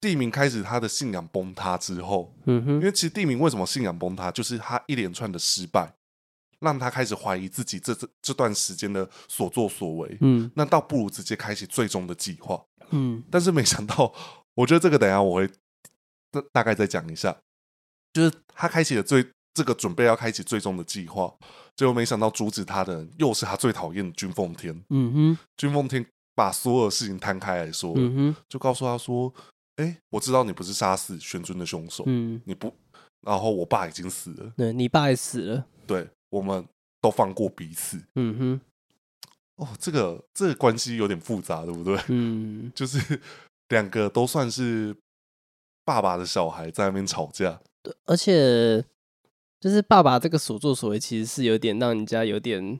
Speaker 1: 地名开始他的信仰崩塌之后，
Speaker 2: 嗯
Speaker 1: 因
Speaker 2: 哼，
Speaker 1: 为其实地名为什么信仰崩塌，就是他一连串的失败，让他开始怀疑自己这这这段时间的所作所为。
Speaker 2: 嗯
Speaker 1: 那倒不如直接开启最终的计划。
Speaker 2: 嗯，
Speaker 1: 但是没想到，我觉得这个等一下我会大大概再讲一下，就是他开启了最这个准备要开启最终的计划，结果没想到阻止他的人又是他最讨厌的君奉天。
Speaker 2: 嗯哼，
Speaker 1: 君奉天把所有事情摊开来说，
Speaker 2: 嗯哼，
Speaker 1: 就告诉他说：“哎、我知道你不是杀死玄尊的凶手，
Speaker 2: 嗯，
Speaker 1: 你不，然后我爸已经死了，
Speaker 2: 对你爸也死了，
Speaker 1: 对我们都放过彼此。”
Speaker 2: 嗯哼，
Speaker 1: 哦，这个这个关系有点复杂，对不对？
Speaker 2: 嗯
Speaker 1: 就是两个都算是爸爸的小孩在那边吵架，
Speaker 2: 而且就是爸爸这个所作所为，其实是有点让人家有点，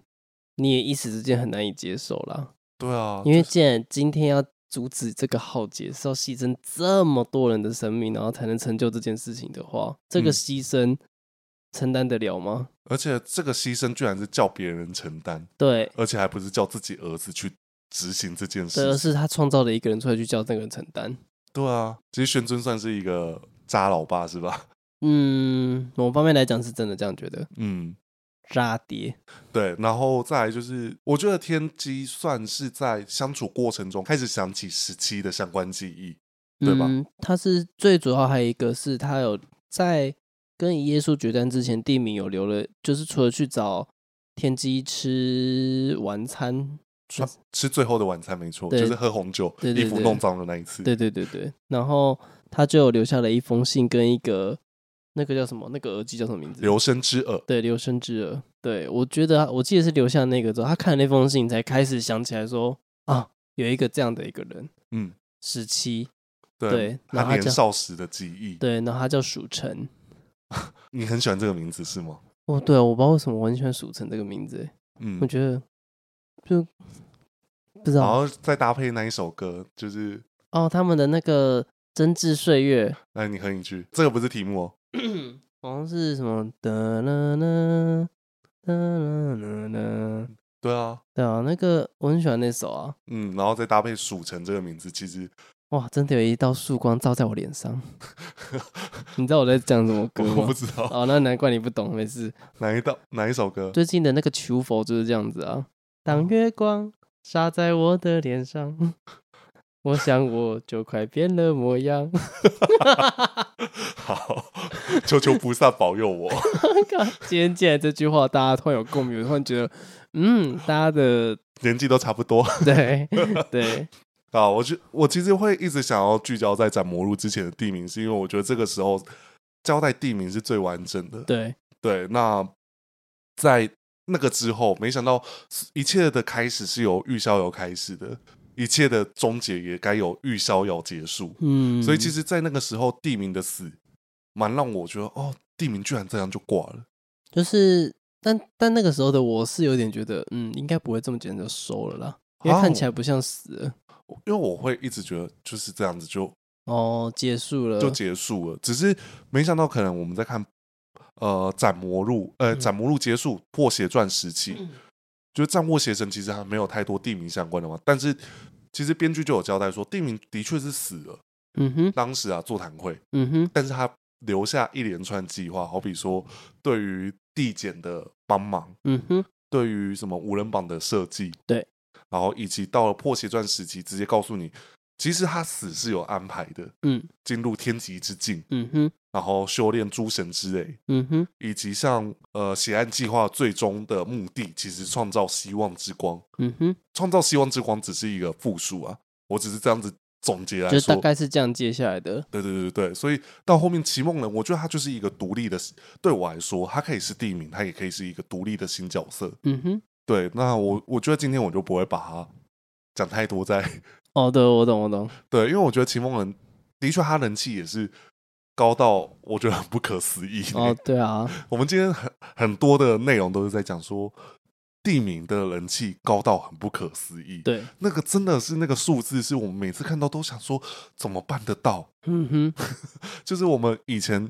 Speaker 2: 你也一时之间很难以接受啦。
Speaker 1: 对啊，
Speaker 2: 因为
Speaker 1: 就是
Speaker 2: 既然今天要阻止这个浩劫，是要牺牲这么多人的生命，然后才能成就这件事情的话，这个
Speaker 1: 嗯
Speaker 2: 牺牲承担得了吗？
Speaker 1: 而且这个牺牲居然是叫别人承担，
Speaker 2: 对，
Speaker 1: 而且还不是叫自己儿子去执行这件
Speaker 2: 这
Speaker 1: 事
Speaker 2: 而
Speaker 1: 情，
Speaker 2: 是他创造了一个人出来去叫那个人承担。
Speaker 1: 对啊，其实玄尊算是一个渣老爸是吧？
Speaker 2: 嗯，某方面来讲是真的这样觉得，
Speaker 1: 嗯，
Speaker 2: 渣爹。
Speaker 1: 对，然后再来就是，我觉得天机算是在相处过程中开始想起时期的相关记忆，对吧
Speaker 2: 嗯，他是最主要还有一个是他有在跟耶稣决战之前，地名有留了，就是除了去找天机吃晚餐，
Speaker 1: 啊吃最后的晚餐没错，
Speaker 2: 对
Speaker 1: 就是喝红酒，
Speaker 2: 对对
Speaker 1: 衣服
Speaker 2: 对
Speaker 1: 弄脏的那一次，
Speaker 2: 对对对对，然后他就有留下了一封信跟一个那个叫什么那个耳机叫什么名字？
Speaker 1: 留声之耳，
Speaker 2: 对，留声之耳。对我觉得我记得是留下那个之后，他看了那封信才开始想起来说啊，有一个这样的一个人，
Speaker 1: 嗯，
Speaker 2: 十七，
Speaker 1: 对，
Speaker 2: 对
Speaker 1: 他
Speaker 2: 然后他
Speaker 1: 年
Speaker 2: 叫
Speaker 1: 少时的记忆。
Speaker 2: 对，然后他叫蜀城。
Speaker 1: 你很喜欢这个名字是吗？
Speaker 2: 哦，对、啊，我不知道为什么我很喜欢蜀城这个名字欸、
Speaker 1: 嗯
Speaker 2: 我，觉得就不知
Speaker 1: 然
Speaker 2: 道
Speaker 1: 后再搭配那一首歌，就是
Speaker 2: 哦，他们的那个真挚岁月，
Speaker 1: 哎，你哼一句，这个不是题目哦，
Speaker 2: 好像是什么的啦啦哒啦啦啦，
Speaker 1: 对啊，
Speaker 2: 对啊，那个我很喜欢那首啊，
Speaker 1: 嗯，然后再搭配蜀城这个名字，其实
Speaker 2: 哇，真的有一道曙光照在我脸上。 你知道我在讲什么歌
Speaker 1: 我不
Speaker 2: 吗？
Speaker 1: 知道
Speaker 2: 哦，那难怪你不懂，没事。
Speaker 1: 哪一道哪一首歌，
Speaker 2: 最近的那个求佛就是这样子啊，当月光洒在我的脸上， 我想我就快变了模样。
Speaker 1: 好， 求求菩萨保佑我。
Speaker 2: 刚今天进来这句话，大家突然有共鸣，我突然觉得，嗯，大家的
Speaker 1: 年纪都差不多
Speaker 2: 对对，
Speaker 1: 啊，我就我其实会一直想要聚焦在斩魔录之前的地名，是因为我觉得这个时候交代地名是最完整的。
Speaker 2: 对，
Speaker 1: 对，那在那个之后，没想到一切的开始是由玉逍遥开始的，一切的终结也该由玉逍遥结束。
Speaker 2: 嗯，
Speaker 1: 所以其实，在那个时候，地名的死，蛮让我觉得哦，地名居然这样就挂了。
Speaker 2: 就是，但但那个时候的我是有点觉得，嗯，应该不会这么简单就收了啦，因为
Speaker 1: 啊
Speaker 2: 看起来不像死了
Speaker 1: 我因为我会一直觉得就是这样子就
Speaker 2: 哦，结束了，
Speaker 1: 就结束了，只是没想到可能我们在看呃斩魔录，呃
Speaker 2: 嗯
Speaker 1: 斩魔录结束破邪传时期，就是战握邪神其实还没有太多地名相关的嘛，但是其实编剧就有交代说地名的确是死了，
Speaker 2: 嗯哼，
Speaker 1: 当时啊座谈会，
Speaker 2: 嗯哼，
Speaker 1: 但是他留下一连串计划，好比说对于地检的帮忙，
Speaker 2: 嗯哼，
Speaker 1: 对于什么无人榜的设计，
Speaker 2: 对，
Speaker 1: 然后以及到了破邪传时期，直接告诉你，其实他死是有安排的，
Speaker 2: 嗯
Speaker 1: 进入天极之境，
Speaker 2: 嗯哼，
Speaker 1: 然后修炼诸神之类，
Speaker 2: 嗯哼，
Speaker 1: 以及像呃血案计划最终的目的，其实创造希望之光，
Speaker 2: 嗯哼，
Speaker 1: 创造希望之光只是一个复数啊，我只是这样子总结来
Speaker 2: 就
Speaker 1: 说
Speaker 2: 大，概是这样接下来的。
Speaker 1: 对对对对，对所以到后面《奇梦人》，我觉得它就是一个独立的，对我来说，它可以是地名，它也可以是一个独立的新角色。
Speaker 2: 嗯哼，
Speaker 1: 对，那我我觉得今天我就不会把它讲太多在
Speaker 2: 哦，对，我懂，我懂。
Speaker 1: 对，因为我觉得《奇梦人》的确他人气也是高到我觉得很不可思议。
Speaker 2: 哦，对啊，
Speaker 1: 我们今天很很多的内容都是在讲说地名的人气高到很不可思议。
Speaker 2: 对，
Speaker 1: 那个真的是那个数字，是我们每次看到都想说怎么办得到？
Speaker 2: 嗯哼，
Speaker 1: 就是我们以前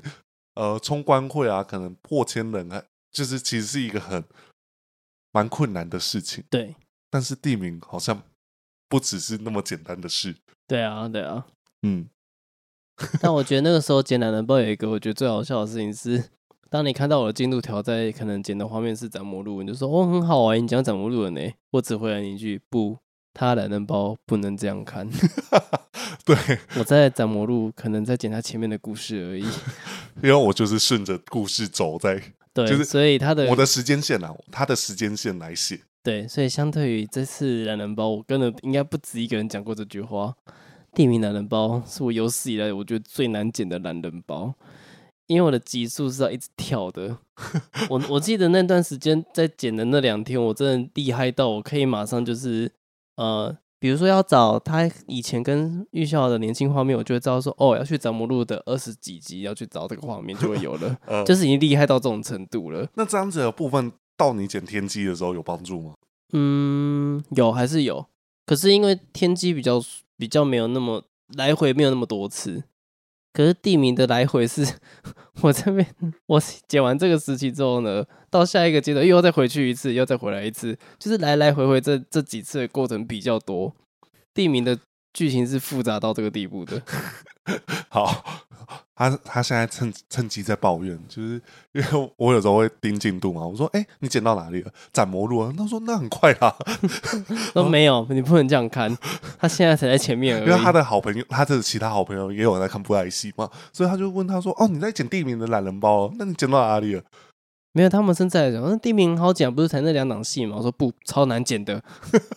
Speaker 1: 呃冲关会啊，可能破千人，啊，就是其实是一个很蛮困难的事情。
Speaker 2: 对，
Speaker 1: 但是地名好像不只是那么简单的事。
Speaker 2: 对啊，对啊。
Speaker 1: 嗯，
Speaker 2: 但我觉得那个时候剪懒人包有一个我觉得最好笑的事情是，当你看到我的进度条在可能剪的画面是斩魔路人，你就说哦很好玩，你讲斩魔路人呢、我只回了你一句不，他懒人包不能这样看。
Speaker 1: 对，
Speaker 2: 我在斩魔路可能在剪他前面的故事而已。
Speaker 1: 因 为我就是顺着故事走在，
Speaker 2: 对，
Speaker 1: 就是
Speaker 2: 所以他的
Speaker 1: 我的时间线啊，他的时间线来写。，
Speaker 2: 对，所以相对于这次懒人包，我根本应该不止一个人讲过这句话。地名懒人包是我有史以来我觉得最难剪的懒人包，因为我的级数是要一直跳的。我我记得那段时间在剪的那两天，我真的厉害到我可以马上就是呃，比如说要找他以前跟玉校的年轻画面，我就会知道说哦，要去找魔录的二十几集，要去找这个画面就会有了
Speaker 1: 呃
Speaker 2: 就是已经厉害到这种程度了。
Speaker 1: 那这样子的部分，到你剪天机的时候有帮助吗？
Speaker 2: 嗯，有还是有，可是因为天机比较比较没有那么来回没有那么多次，可是地名的来回是 我这边我解完这个时期之后呢，到下一个阶段又要再回去一次，又要再回来一次，就是来来回回这这几次的过程比较多，地名的剧情是复杂到这个地步的。
Speaker 1: 好， 他他现在趁趁机在抱怨，就是因为我有时候会盯进度嘛，我说：“哎、你剪到哪里了？斩魔录啊？”他说：“那很快啊啦。
Speaker 2: 都没有，你不能这样看，他现在才在前面”而
Speaker 1: 哦因为他
Speaker 2: 已。
Speaker 1: 的好朋友，他的其他好朋友也有在看布莱希嘛，所以他就问他说：“哦，你在剪地名的懒人包、哦，那你剪到哪里了
Speaker 2: 没有，他们现在讲，那地名很好剪，不是才那两档戏吗？我说不，超难剪的。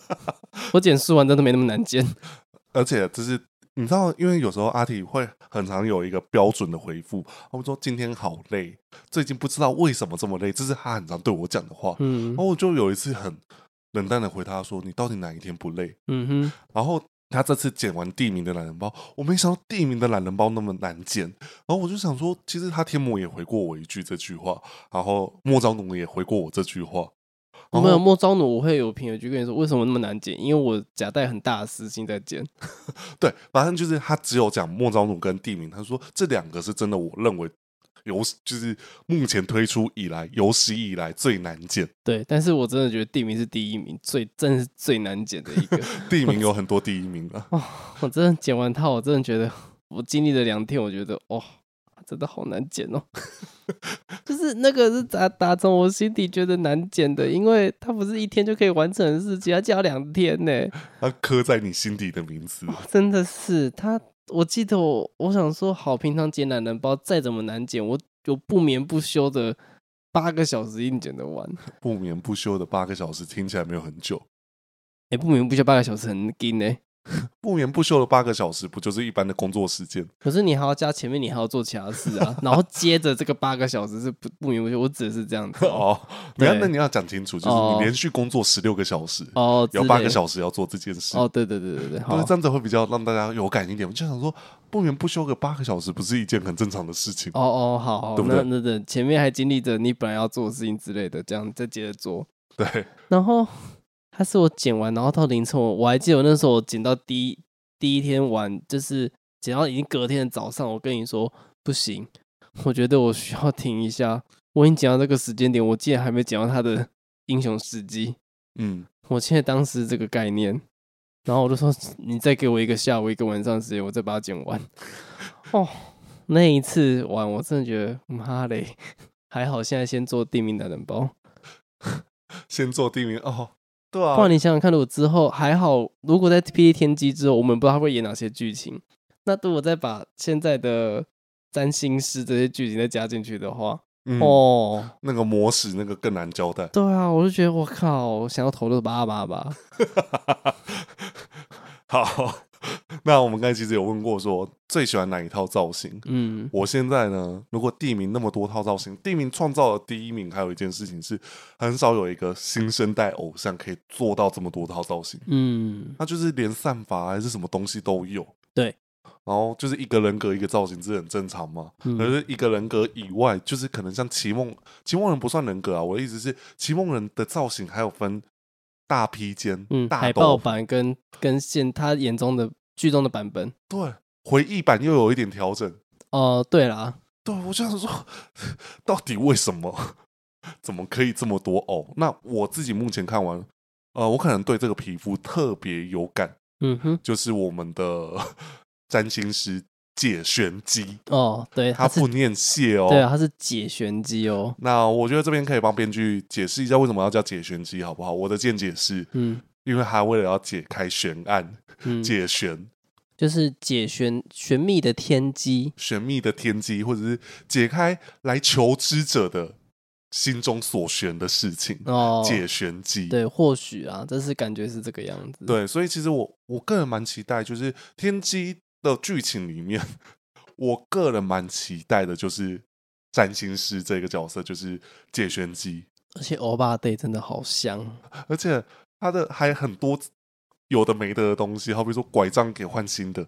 Speaker 2: 我剪书完真的没那么难剪。？”
Speaker 1: 而且就是你知道，因为有时候阿体会很常有一个标准的回复，他们说：“今天好累，最近不知道为什么这么累。”这是他很常对我讲的话。
Speaker 2: 嗯
Speaker 1: 然后我哦就有一次很冷淡的回他说：“你到底哪一天不累
Speaker 2: 嗯哼，？”
Speaker 1: 然后他这次剪完地名的懒人包，我没想到地名的懒人包那么难剪。然后我就想说，其实他天魔也回过我一句这句话，然后莫昭奴也回过我这句话。然
Speaker 2: 没有
Speaker 1: 后
Speaker 2: 莫招奴，我会有评论区跟你说为什么那么难剪，因为我夹带很大的私心在剪。
Speaker 1: 对，反正就是他只有讲莫昭奴跟地名，他说这两个是真的，我认为有就是目前推出以来有史以来最难剪。
Speaker 2: 对，但是我真的觉得地名是第一名，最真的是最难剪的一个。
Speaker 1: 地名有很多第一名啊，
Speaker 2: 我真的剪完它，我真的觉得我经历了两天，我觉得哦，真的好难剪哦。 就是那个是打打从我心底觉得难剪的，因为它不是一天就可以完成的事情，它就要两天呢。
Speaker 1: 他刻在你心底的名字。
Speaker 2: 真的是他，我记得我，我想说，好，平常剪懒人包再怎么难剪，我有不眠不休的八个小时一定剪得完。
Speaker 1: 不眠不休的八个小时，听起来没有很久。
Speaker 2: 哎、不眠不休八个小时很紧呢、
Speaker 1: 不眠不休的八个小时，不就是一般的工作时间？
Speaker 2: 可是你还要加前面，你还要做其他事啊，然后接着这个八个小时是不不眠不休，我指的是这样子哦
Speaker 1: 哦，你要
Speaker 2: 对
Speaker 1: 那你要讲清楚，就是
Speaker 2: 哦
Speaker 1: 你连续工作十六个小时，
Speaker 2: 哦，
Speaker 1: 有八个
Speaker 2: 时
Speaker 1: 小时要做这件事。
Speaker 2: 哦，对对对对对，
Speaker 1: 因
Speaker 2: 好
Speaker 1: 为，这样子会比较让大家有感一点。我就想说，不眠不休个八个小时，不是一件很正常的事情。
Speaker 2: 哦哦好好，
Speaker 1: 对不
Speaker 2: 那
Speaker 1: 对
Speaker 2: 那那前面还经历着你本来要做的事情之类的，这样再接着做，
Speaker 1: 对，
Speaker 2: 然后他是我剪完，然后到凌晨我，我还记得我那时候我剪到第一第一天晚，就是剪到已经隔天的早上，我跟你说不行，我觉得我需要停一下。我已经剪到这个时间点，我竟然还没剪到他的英雄事迹，
Speaker 1: 嗯，
Speaker 2: 我现在当时这个概念，然后我就说你再给我一个下午一个晚上的时间，我再把它剪完。哦，那一次玩我真的觉得妈嘞，还好现在先做地名的人包。
Speaker 1: 先做地名哦，对啊
Speaker 2: 不，然你想想看，如果之后还好，如果在《霹雳天机》之后，我们不知道他会演哪些剧情，那如果再把现在的占星师这些剧情再加进去的话，
Speaker 1: 嗯，
Speaker 2: 哦，
Speaker 1: 那个模式那个更难交代。
Speaker 2: 对啊，我就觉得我靠，想要投入八八八，
Speaker 1: 好， 那我们刚才其实有问过说最喜欢哪一套造型？
Speaker 2: 嗯，
Speaker 1: 我现在呢，如果地名那么多套造型，地名创造的第一名，还有一件事情是很少有一个新生代偶像可以做到这么多套造型，
Speaker 2: 嗯，
Speaker 1: 他就是连散发还是什么东西都有。
Speaker 2: 对，
Speaker 1: 然后就是一个人格一个造型，这很正常嘛。
Speaker 2: 嗯
Speaker 1: 可是一个人格以外，就是可能像齐梦，齐梦人不算人格啊。我的意思是，齐梦人的造型还有分大披肩、
Speaker 2: 嗯，
Speaker 1: 大
Speaker 2: 海
Speaker 1: 斗
Speaker 2: 报
Speaker 1: 篷，
Speaker 2: 版跟跟现他眼中的剧中的版本。
Speaker 1: 对，回忆版又有一点调整。
Speaker 2: 哦，对啦，
Speaker 1: 对，啊我就想说，到底为什么？ 怎么可以这么多偶？那我自己目前看完，呃，我可能对这个皮肤特别有感，
Speaker 2: 嗯哼，
Speaker 1: 就是我们的 占星师解玄机，
Speaker 2: 哦，对，
Speaker 1: 他
Speaker 2: 他是
Speaker 1: 不念谢哦。
Speaker 2: 对啊，他是解玄机哦，
Speaker 1: 那我觉得这边可以帮编剧解释一下为什么要叫解玄机，好不好？我的见解是，
Speaker 2: 嗯
Speaker 1: 因为他为了要解开悬案，
Speaker 2: 嗯，
Speaker 1: 解悬
Speaker 2: 就是解玄玄秘的天机，
Speaker 1: 玄秘的天机，或者是解开来求知者的心中所悬的事情，
Speaker 2: 哦，
Speaker 1: 解玄机。
Speaker 2: 对，或许啊，这是感觉是这个样子，，
Speaker 1: 对，所以其实我我个人蛮期待，就是《天机》的剧情里面，我个人蛮期待的，就是占星师这个角色，就是解玄机，
Speaker 2: 而且欧巴 day 真的好香，
Speaker 1: 而且他的还很多有的没的的东西，好比说拐杖给换新的，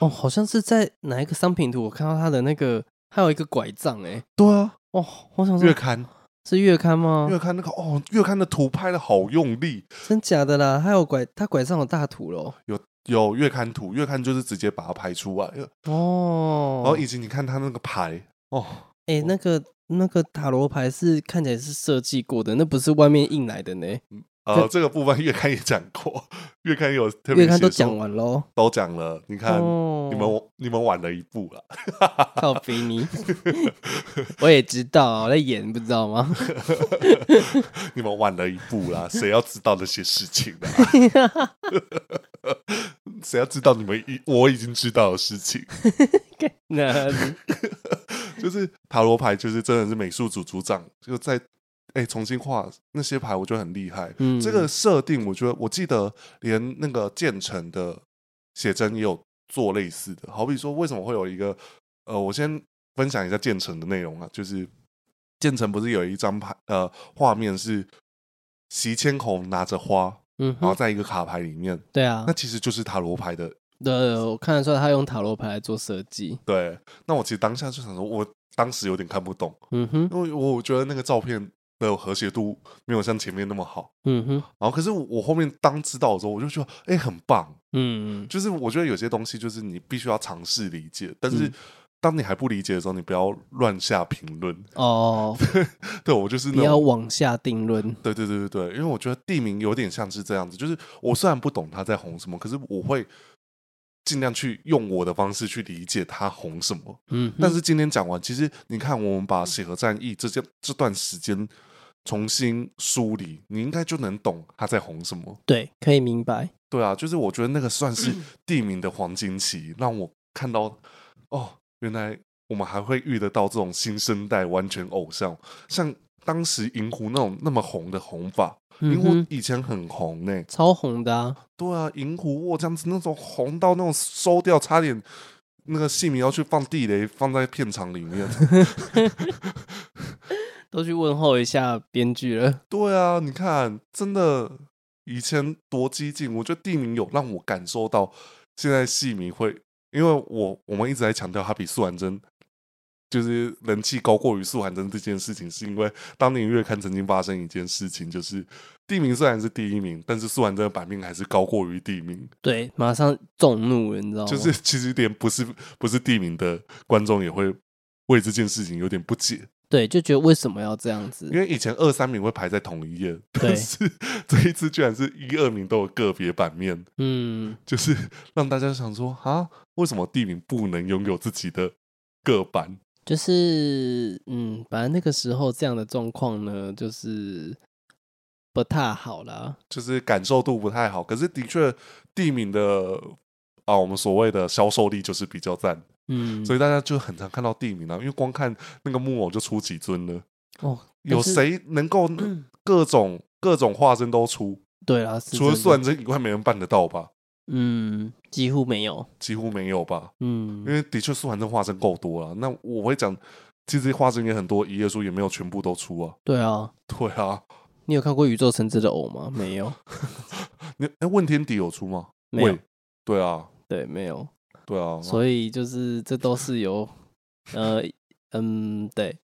Speaker 2: 哦，好像是在哪一个商品图，我看到他的那个还有一个拐杖，哎，
Speaker 1: 对啊，
Speaker 2: 哦，我想
Speaker 1: 月
Speaker 2: 说，
Speaker 1: 刊
Speaker 2: 是月刊吗？
Speaker 1: 月刊那个哦，月刊的图拍的好用力，
Speaker 2: 真假的啦，还有拐，他拐杖有大图喽，
Speaker 1: 有有月刊图，月刊就是直接把它拍出来了，然
Speaker 2: 哦
Speaker 1: 后，以及你看他那个牌哦。
Speaker 2: 哎，那个那个塔罗牌是看起来是设计过的，那不是外面印来的呢，
Speaker 1: 呃，这个部分月刊也讲过，月刊有特别
Speaker 2: 月刊
Speaker 1: 写
Speaker 2: 都
Speaker 1: 说
Speaker 2: 讲完喽。
Speaker 1: 都讲了，你看、
Speaker 2: 哦
Speaker 1: 你们你们晚了一步了。
Speaker 2: 靠比你， 我也知道啊，我在演，不知道吗？
Speaker 1: 你们晚了一步啦，谁要知道那些事情啊？ 谁要知道你们已我已经知道的事情？
Speaker 2: 那你
Speaker 1: 就是塔罗牌，就是真的是美术组组长就在哎、重新画那些牌，我觉得很厉害。
Speaker 2: 嗯
Speaker 1: 这个设定，我觉得我记得连那个建成的写真也有做类似的，好比说为什么会有一个呃，我先分享一下建成的内容啊，就是建成不是有一张牌呃画面是席千红拿着花，
Speaker 2: 嗯
Speaker 1: 然后
Speaker 2: 哼，
Speaker 1: 在一个卡牌里面，
Speaker 2: 对啊
Speaker 1: 那，其实就是塔罗牌的。
Speaker 2: 对，我看得出来他用塔罗牌来做设计。
Speaker 1: 对，那我其实当下就想说，我当时有点看不懂，
Speaker 2: 嗯哼，
Speaker 1: 因为我觉得那个照片的和谐度没有像前面那么好。
Speaker 2: 嗯哼，
Speaker 1: 然后，可是我我后面当知道的时候，我就觉得，哎、很棒。
Speaker 2: 嗯，
Speaker 1: 就是我觉得有些东西就是你必须要尝试理解，但是
Speaker 2: 嗯
Speaker 1: 当你还不理解的时候，你不要乱下评论。
Speaker 2: 哦，
Speaker 1: 对我就是
Speaker 2: 不
Speaker 1: 那
Speaker 2: 要
Speaker 1: 种，
Speaker 2: 往下定论。
Speaker 1: 对对对对对，因为我觉得地名有点像是这样子，就是我虽然不懂他在红什么，可是我会尽量去用我的方式去理解他红什么。
Speaker 2: 嗯哼，
Speaker 1: 但是今天讲完，其实你看，我们把血和战役这件这段时间重新梳理，你应该就能懂他在红什么。
Speaker 2: 对，可以明白。
Speaker 1: 对啊，就是我觉得那个算是
Speaker 2: 嗯
Speaker 1: 地名的黄金期，让我看到哦，原来我们还会遇得到这种新生代完全偶像，像当时银狐那种那么红的红法，银
Speaker 2: 嗯
Speaker 1: 狐
Speaker 2: 哼，
Speaker 1: 以前很红呢、
Speaker 2: 超红的啊，
Speaker 1: 对啊，银狐我这样子那种红到那种收掉，差点那个戏迷要去放地雷，放在片场里面。
Speaker 2: 都去问候一下编剧了。
Speaker 1: 对啊，你看，真的以前多激进，我觉得地名有让我感受到现在戏迷会，因为我我们一直在强调它比素还真就是人气高过于素还真这件事情，是因为当年月刊曾经发生一件事情，就是地名虽然是第一名，但是素还真的版面还是高过于地名，
Speaker 2: 对，马上众怒了，你知道吗？
Speaker 1: 就是其实连不是不是地名的观众也会为这件事情有点不解。
Speaker 2: 对，就觉得为什么要这样子？
Speaker 1: 因为以前二三名会排在同一页，但
Speaker 2: 对
Speaker 1: 是 这一次居然是一二名都有个别版面，
Speaker 2: 嗯，
Speaker 1: 就是 让大家想说啊，为什么地名不能拥有自己的个版？
Speaker 2: 就是嗯，反正那个时候这样的状况呢，就是不太好啦。
Speaker 1: 就是感受度不太好。可是的确，地名的啊，我们所谓的销售力就是比较赞，
Speaker 2: 嗯，
Speaker 1: 所以大家就很常看到地名啊，因为光看那个木偶就出几尊了，
Speaker 2: 哦，但
Speaker 1: 有
Speaker 2: 是？嗯
Speaker 1: 谁能够各种各种化身都出？
Speaker 2: 对啦，是
Speaker 1: 除了
Speaker 2: 真的
Speaker 1: 素然真以外，没人办得到吧？
Speaker 2: 嗯，几乎没有，
Speaker 1: 几乎没有吧？
Speaker 2: 嗯
Speaker 1: 因为的确素还真花生够多了。那我会讲，其实花生也很多，一页书也没有全部都出啊。
Speaker 2: 对啊，
Speaker 1: 对啊，
Speaker 2: 你有看过宇宙橙汁的藕吗？没有，
Speaker 1: 你哎，问天底有出吗？
Speaker 2: 没有
Speaker 1: 喂，对啊，
Speaker 2: 对，没有，
Speaker 1: 对啊。
Speaker 2: 所以就是这都是由，呃，嗯，对，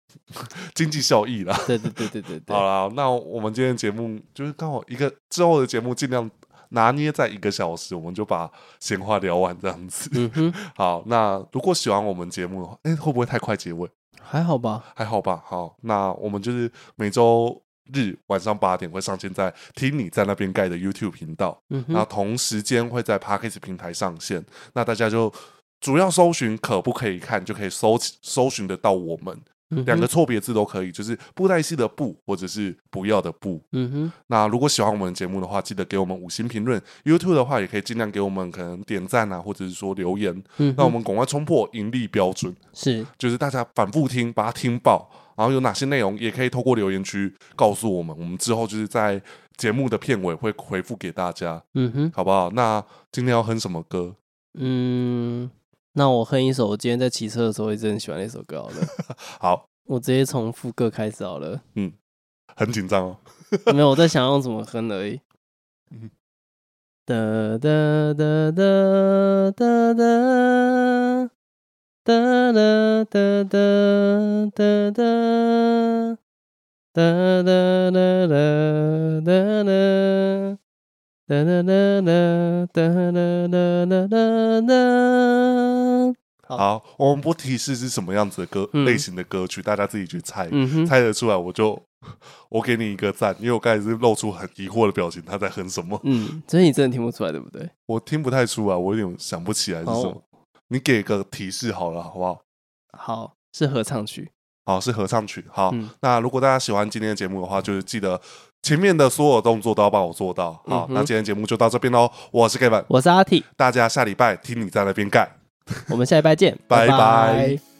Speaker 1: 经济效益啦。
Speaker 2: 对对对对 对
Speaker 1: 好
Speaker 2: 对，
Speaker 1: 啦，那我们今天的节目就是刚好一个之后的节目，尽量拿捏在一个小时，我们就把闲话聊完这样子。
Speaker 2: 嗯哼，
Speaker 1: 好，那如果喜欢我们节目的话，哎、会不会太快结尾？
Speaker 2: 还好吧，
Speaker 1: 还好吧。好，那我们就是每周日晚上八点会上线在听你在那边盖的 YouTube 频道，
Speaker 2: 嗯
Speaker 1: 那
Speaker 2: 哼，
Speaker 1: 同时间会在 p a c k a g e 平台上线，那大家就。主要搜寻可不可以看，就可以搜搜寻得到我们
Speaker 2: 嗯哼
Speaker 1: 两个，错别字都可以，就是布袋戏的布或者是不要的不。
Speaker 2: 嗯哼，
Speaker 1: 那如果喜欢我们的节目的话，记得给我们五星评论。YouTube 的话，也可以尽量给我们可能点赞啊，或者是说留言，
Speaker 2: 嗯哼，
Speaker 1: 让我们赶快冲破盈利标准。
Speaker 2: 是，
Speaker 1: 就是大家反复听，把它听爆，然后有哪些内容也可以透过留言区告诉我们。我们之后就是在节目的片尾会回复给大家，
Speaker 2: 嗯哼，
Speaker 1: 好不好？那今天要哼什么歌？
Speaker 2: 嗯，那我哼一首，我今天在骑车的时候一直很喜欢的一首歌好了，
Speaker 1: 好，
Speaker 2: 我直接从副歌开始好了，
Speaker 1: 很紧张哦。
Speaker 2: 没有，我在想用怎么哼而已
Speaker 1: 嗯。
Speaker 2: 哒哒哒哒哒哒哒啦哒哒哒哒哒哒啦啦哒啦哒啦啦啦哒啦啦啦啦啦。好
Speaker 1: 好，我们不提示是什么样子的歌、
Speaker 2: 嗯
Speaker 1: 类型的歌曲，大家自己去猜。
Speaker 2: 嗯哼，
Speaker 1: 猜得出来，我就我给你一个赞，因为我刚才是露出很疑惑的表情，他在哼什么，
Speaker 2: 嗯，所以你真的听不出来对不对？
Speaker 1: 我听不太出来，我有点想不起来是什么
Speaker 2: 好。
Speaker 1: 你给个提示好了，好不好？
Speaker 2: 好，是合唱曲。
Speaker 1: 好，是合唱曲。好，
Speaker 2: 嗯
Speaker 1: 那如果大家喜欢今天的节目的话，就是记得前面的所有动作都要帮我做到。好
Speaker 2: 嗯，哼
Speaker 1: 那今天节目就到这边喽。我是 Kevin，
Speaker 2: 我是阿 T，
Speaker 1: 大家下礼拜听你在那边盖。
Speaker 2: 我们下礼拜见，
Speaker 1: 拜
Speaker 2: 拜
Speaker 1: 拜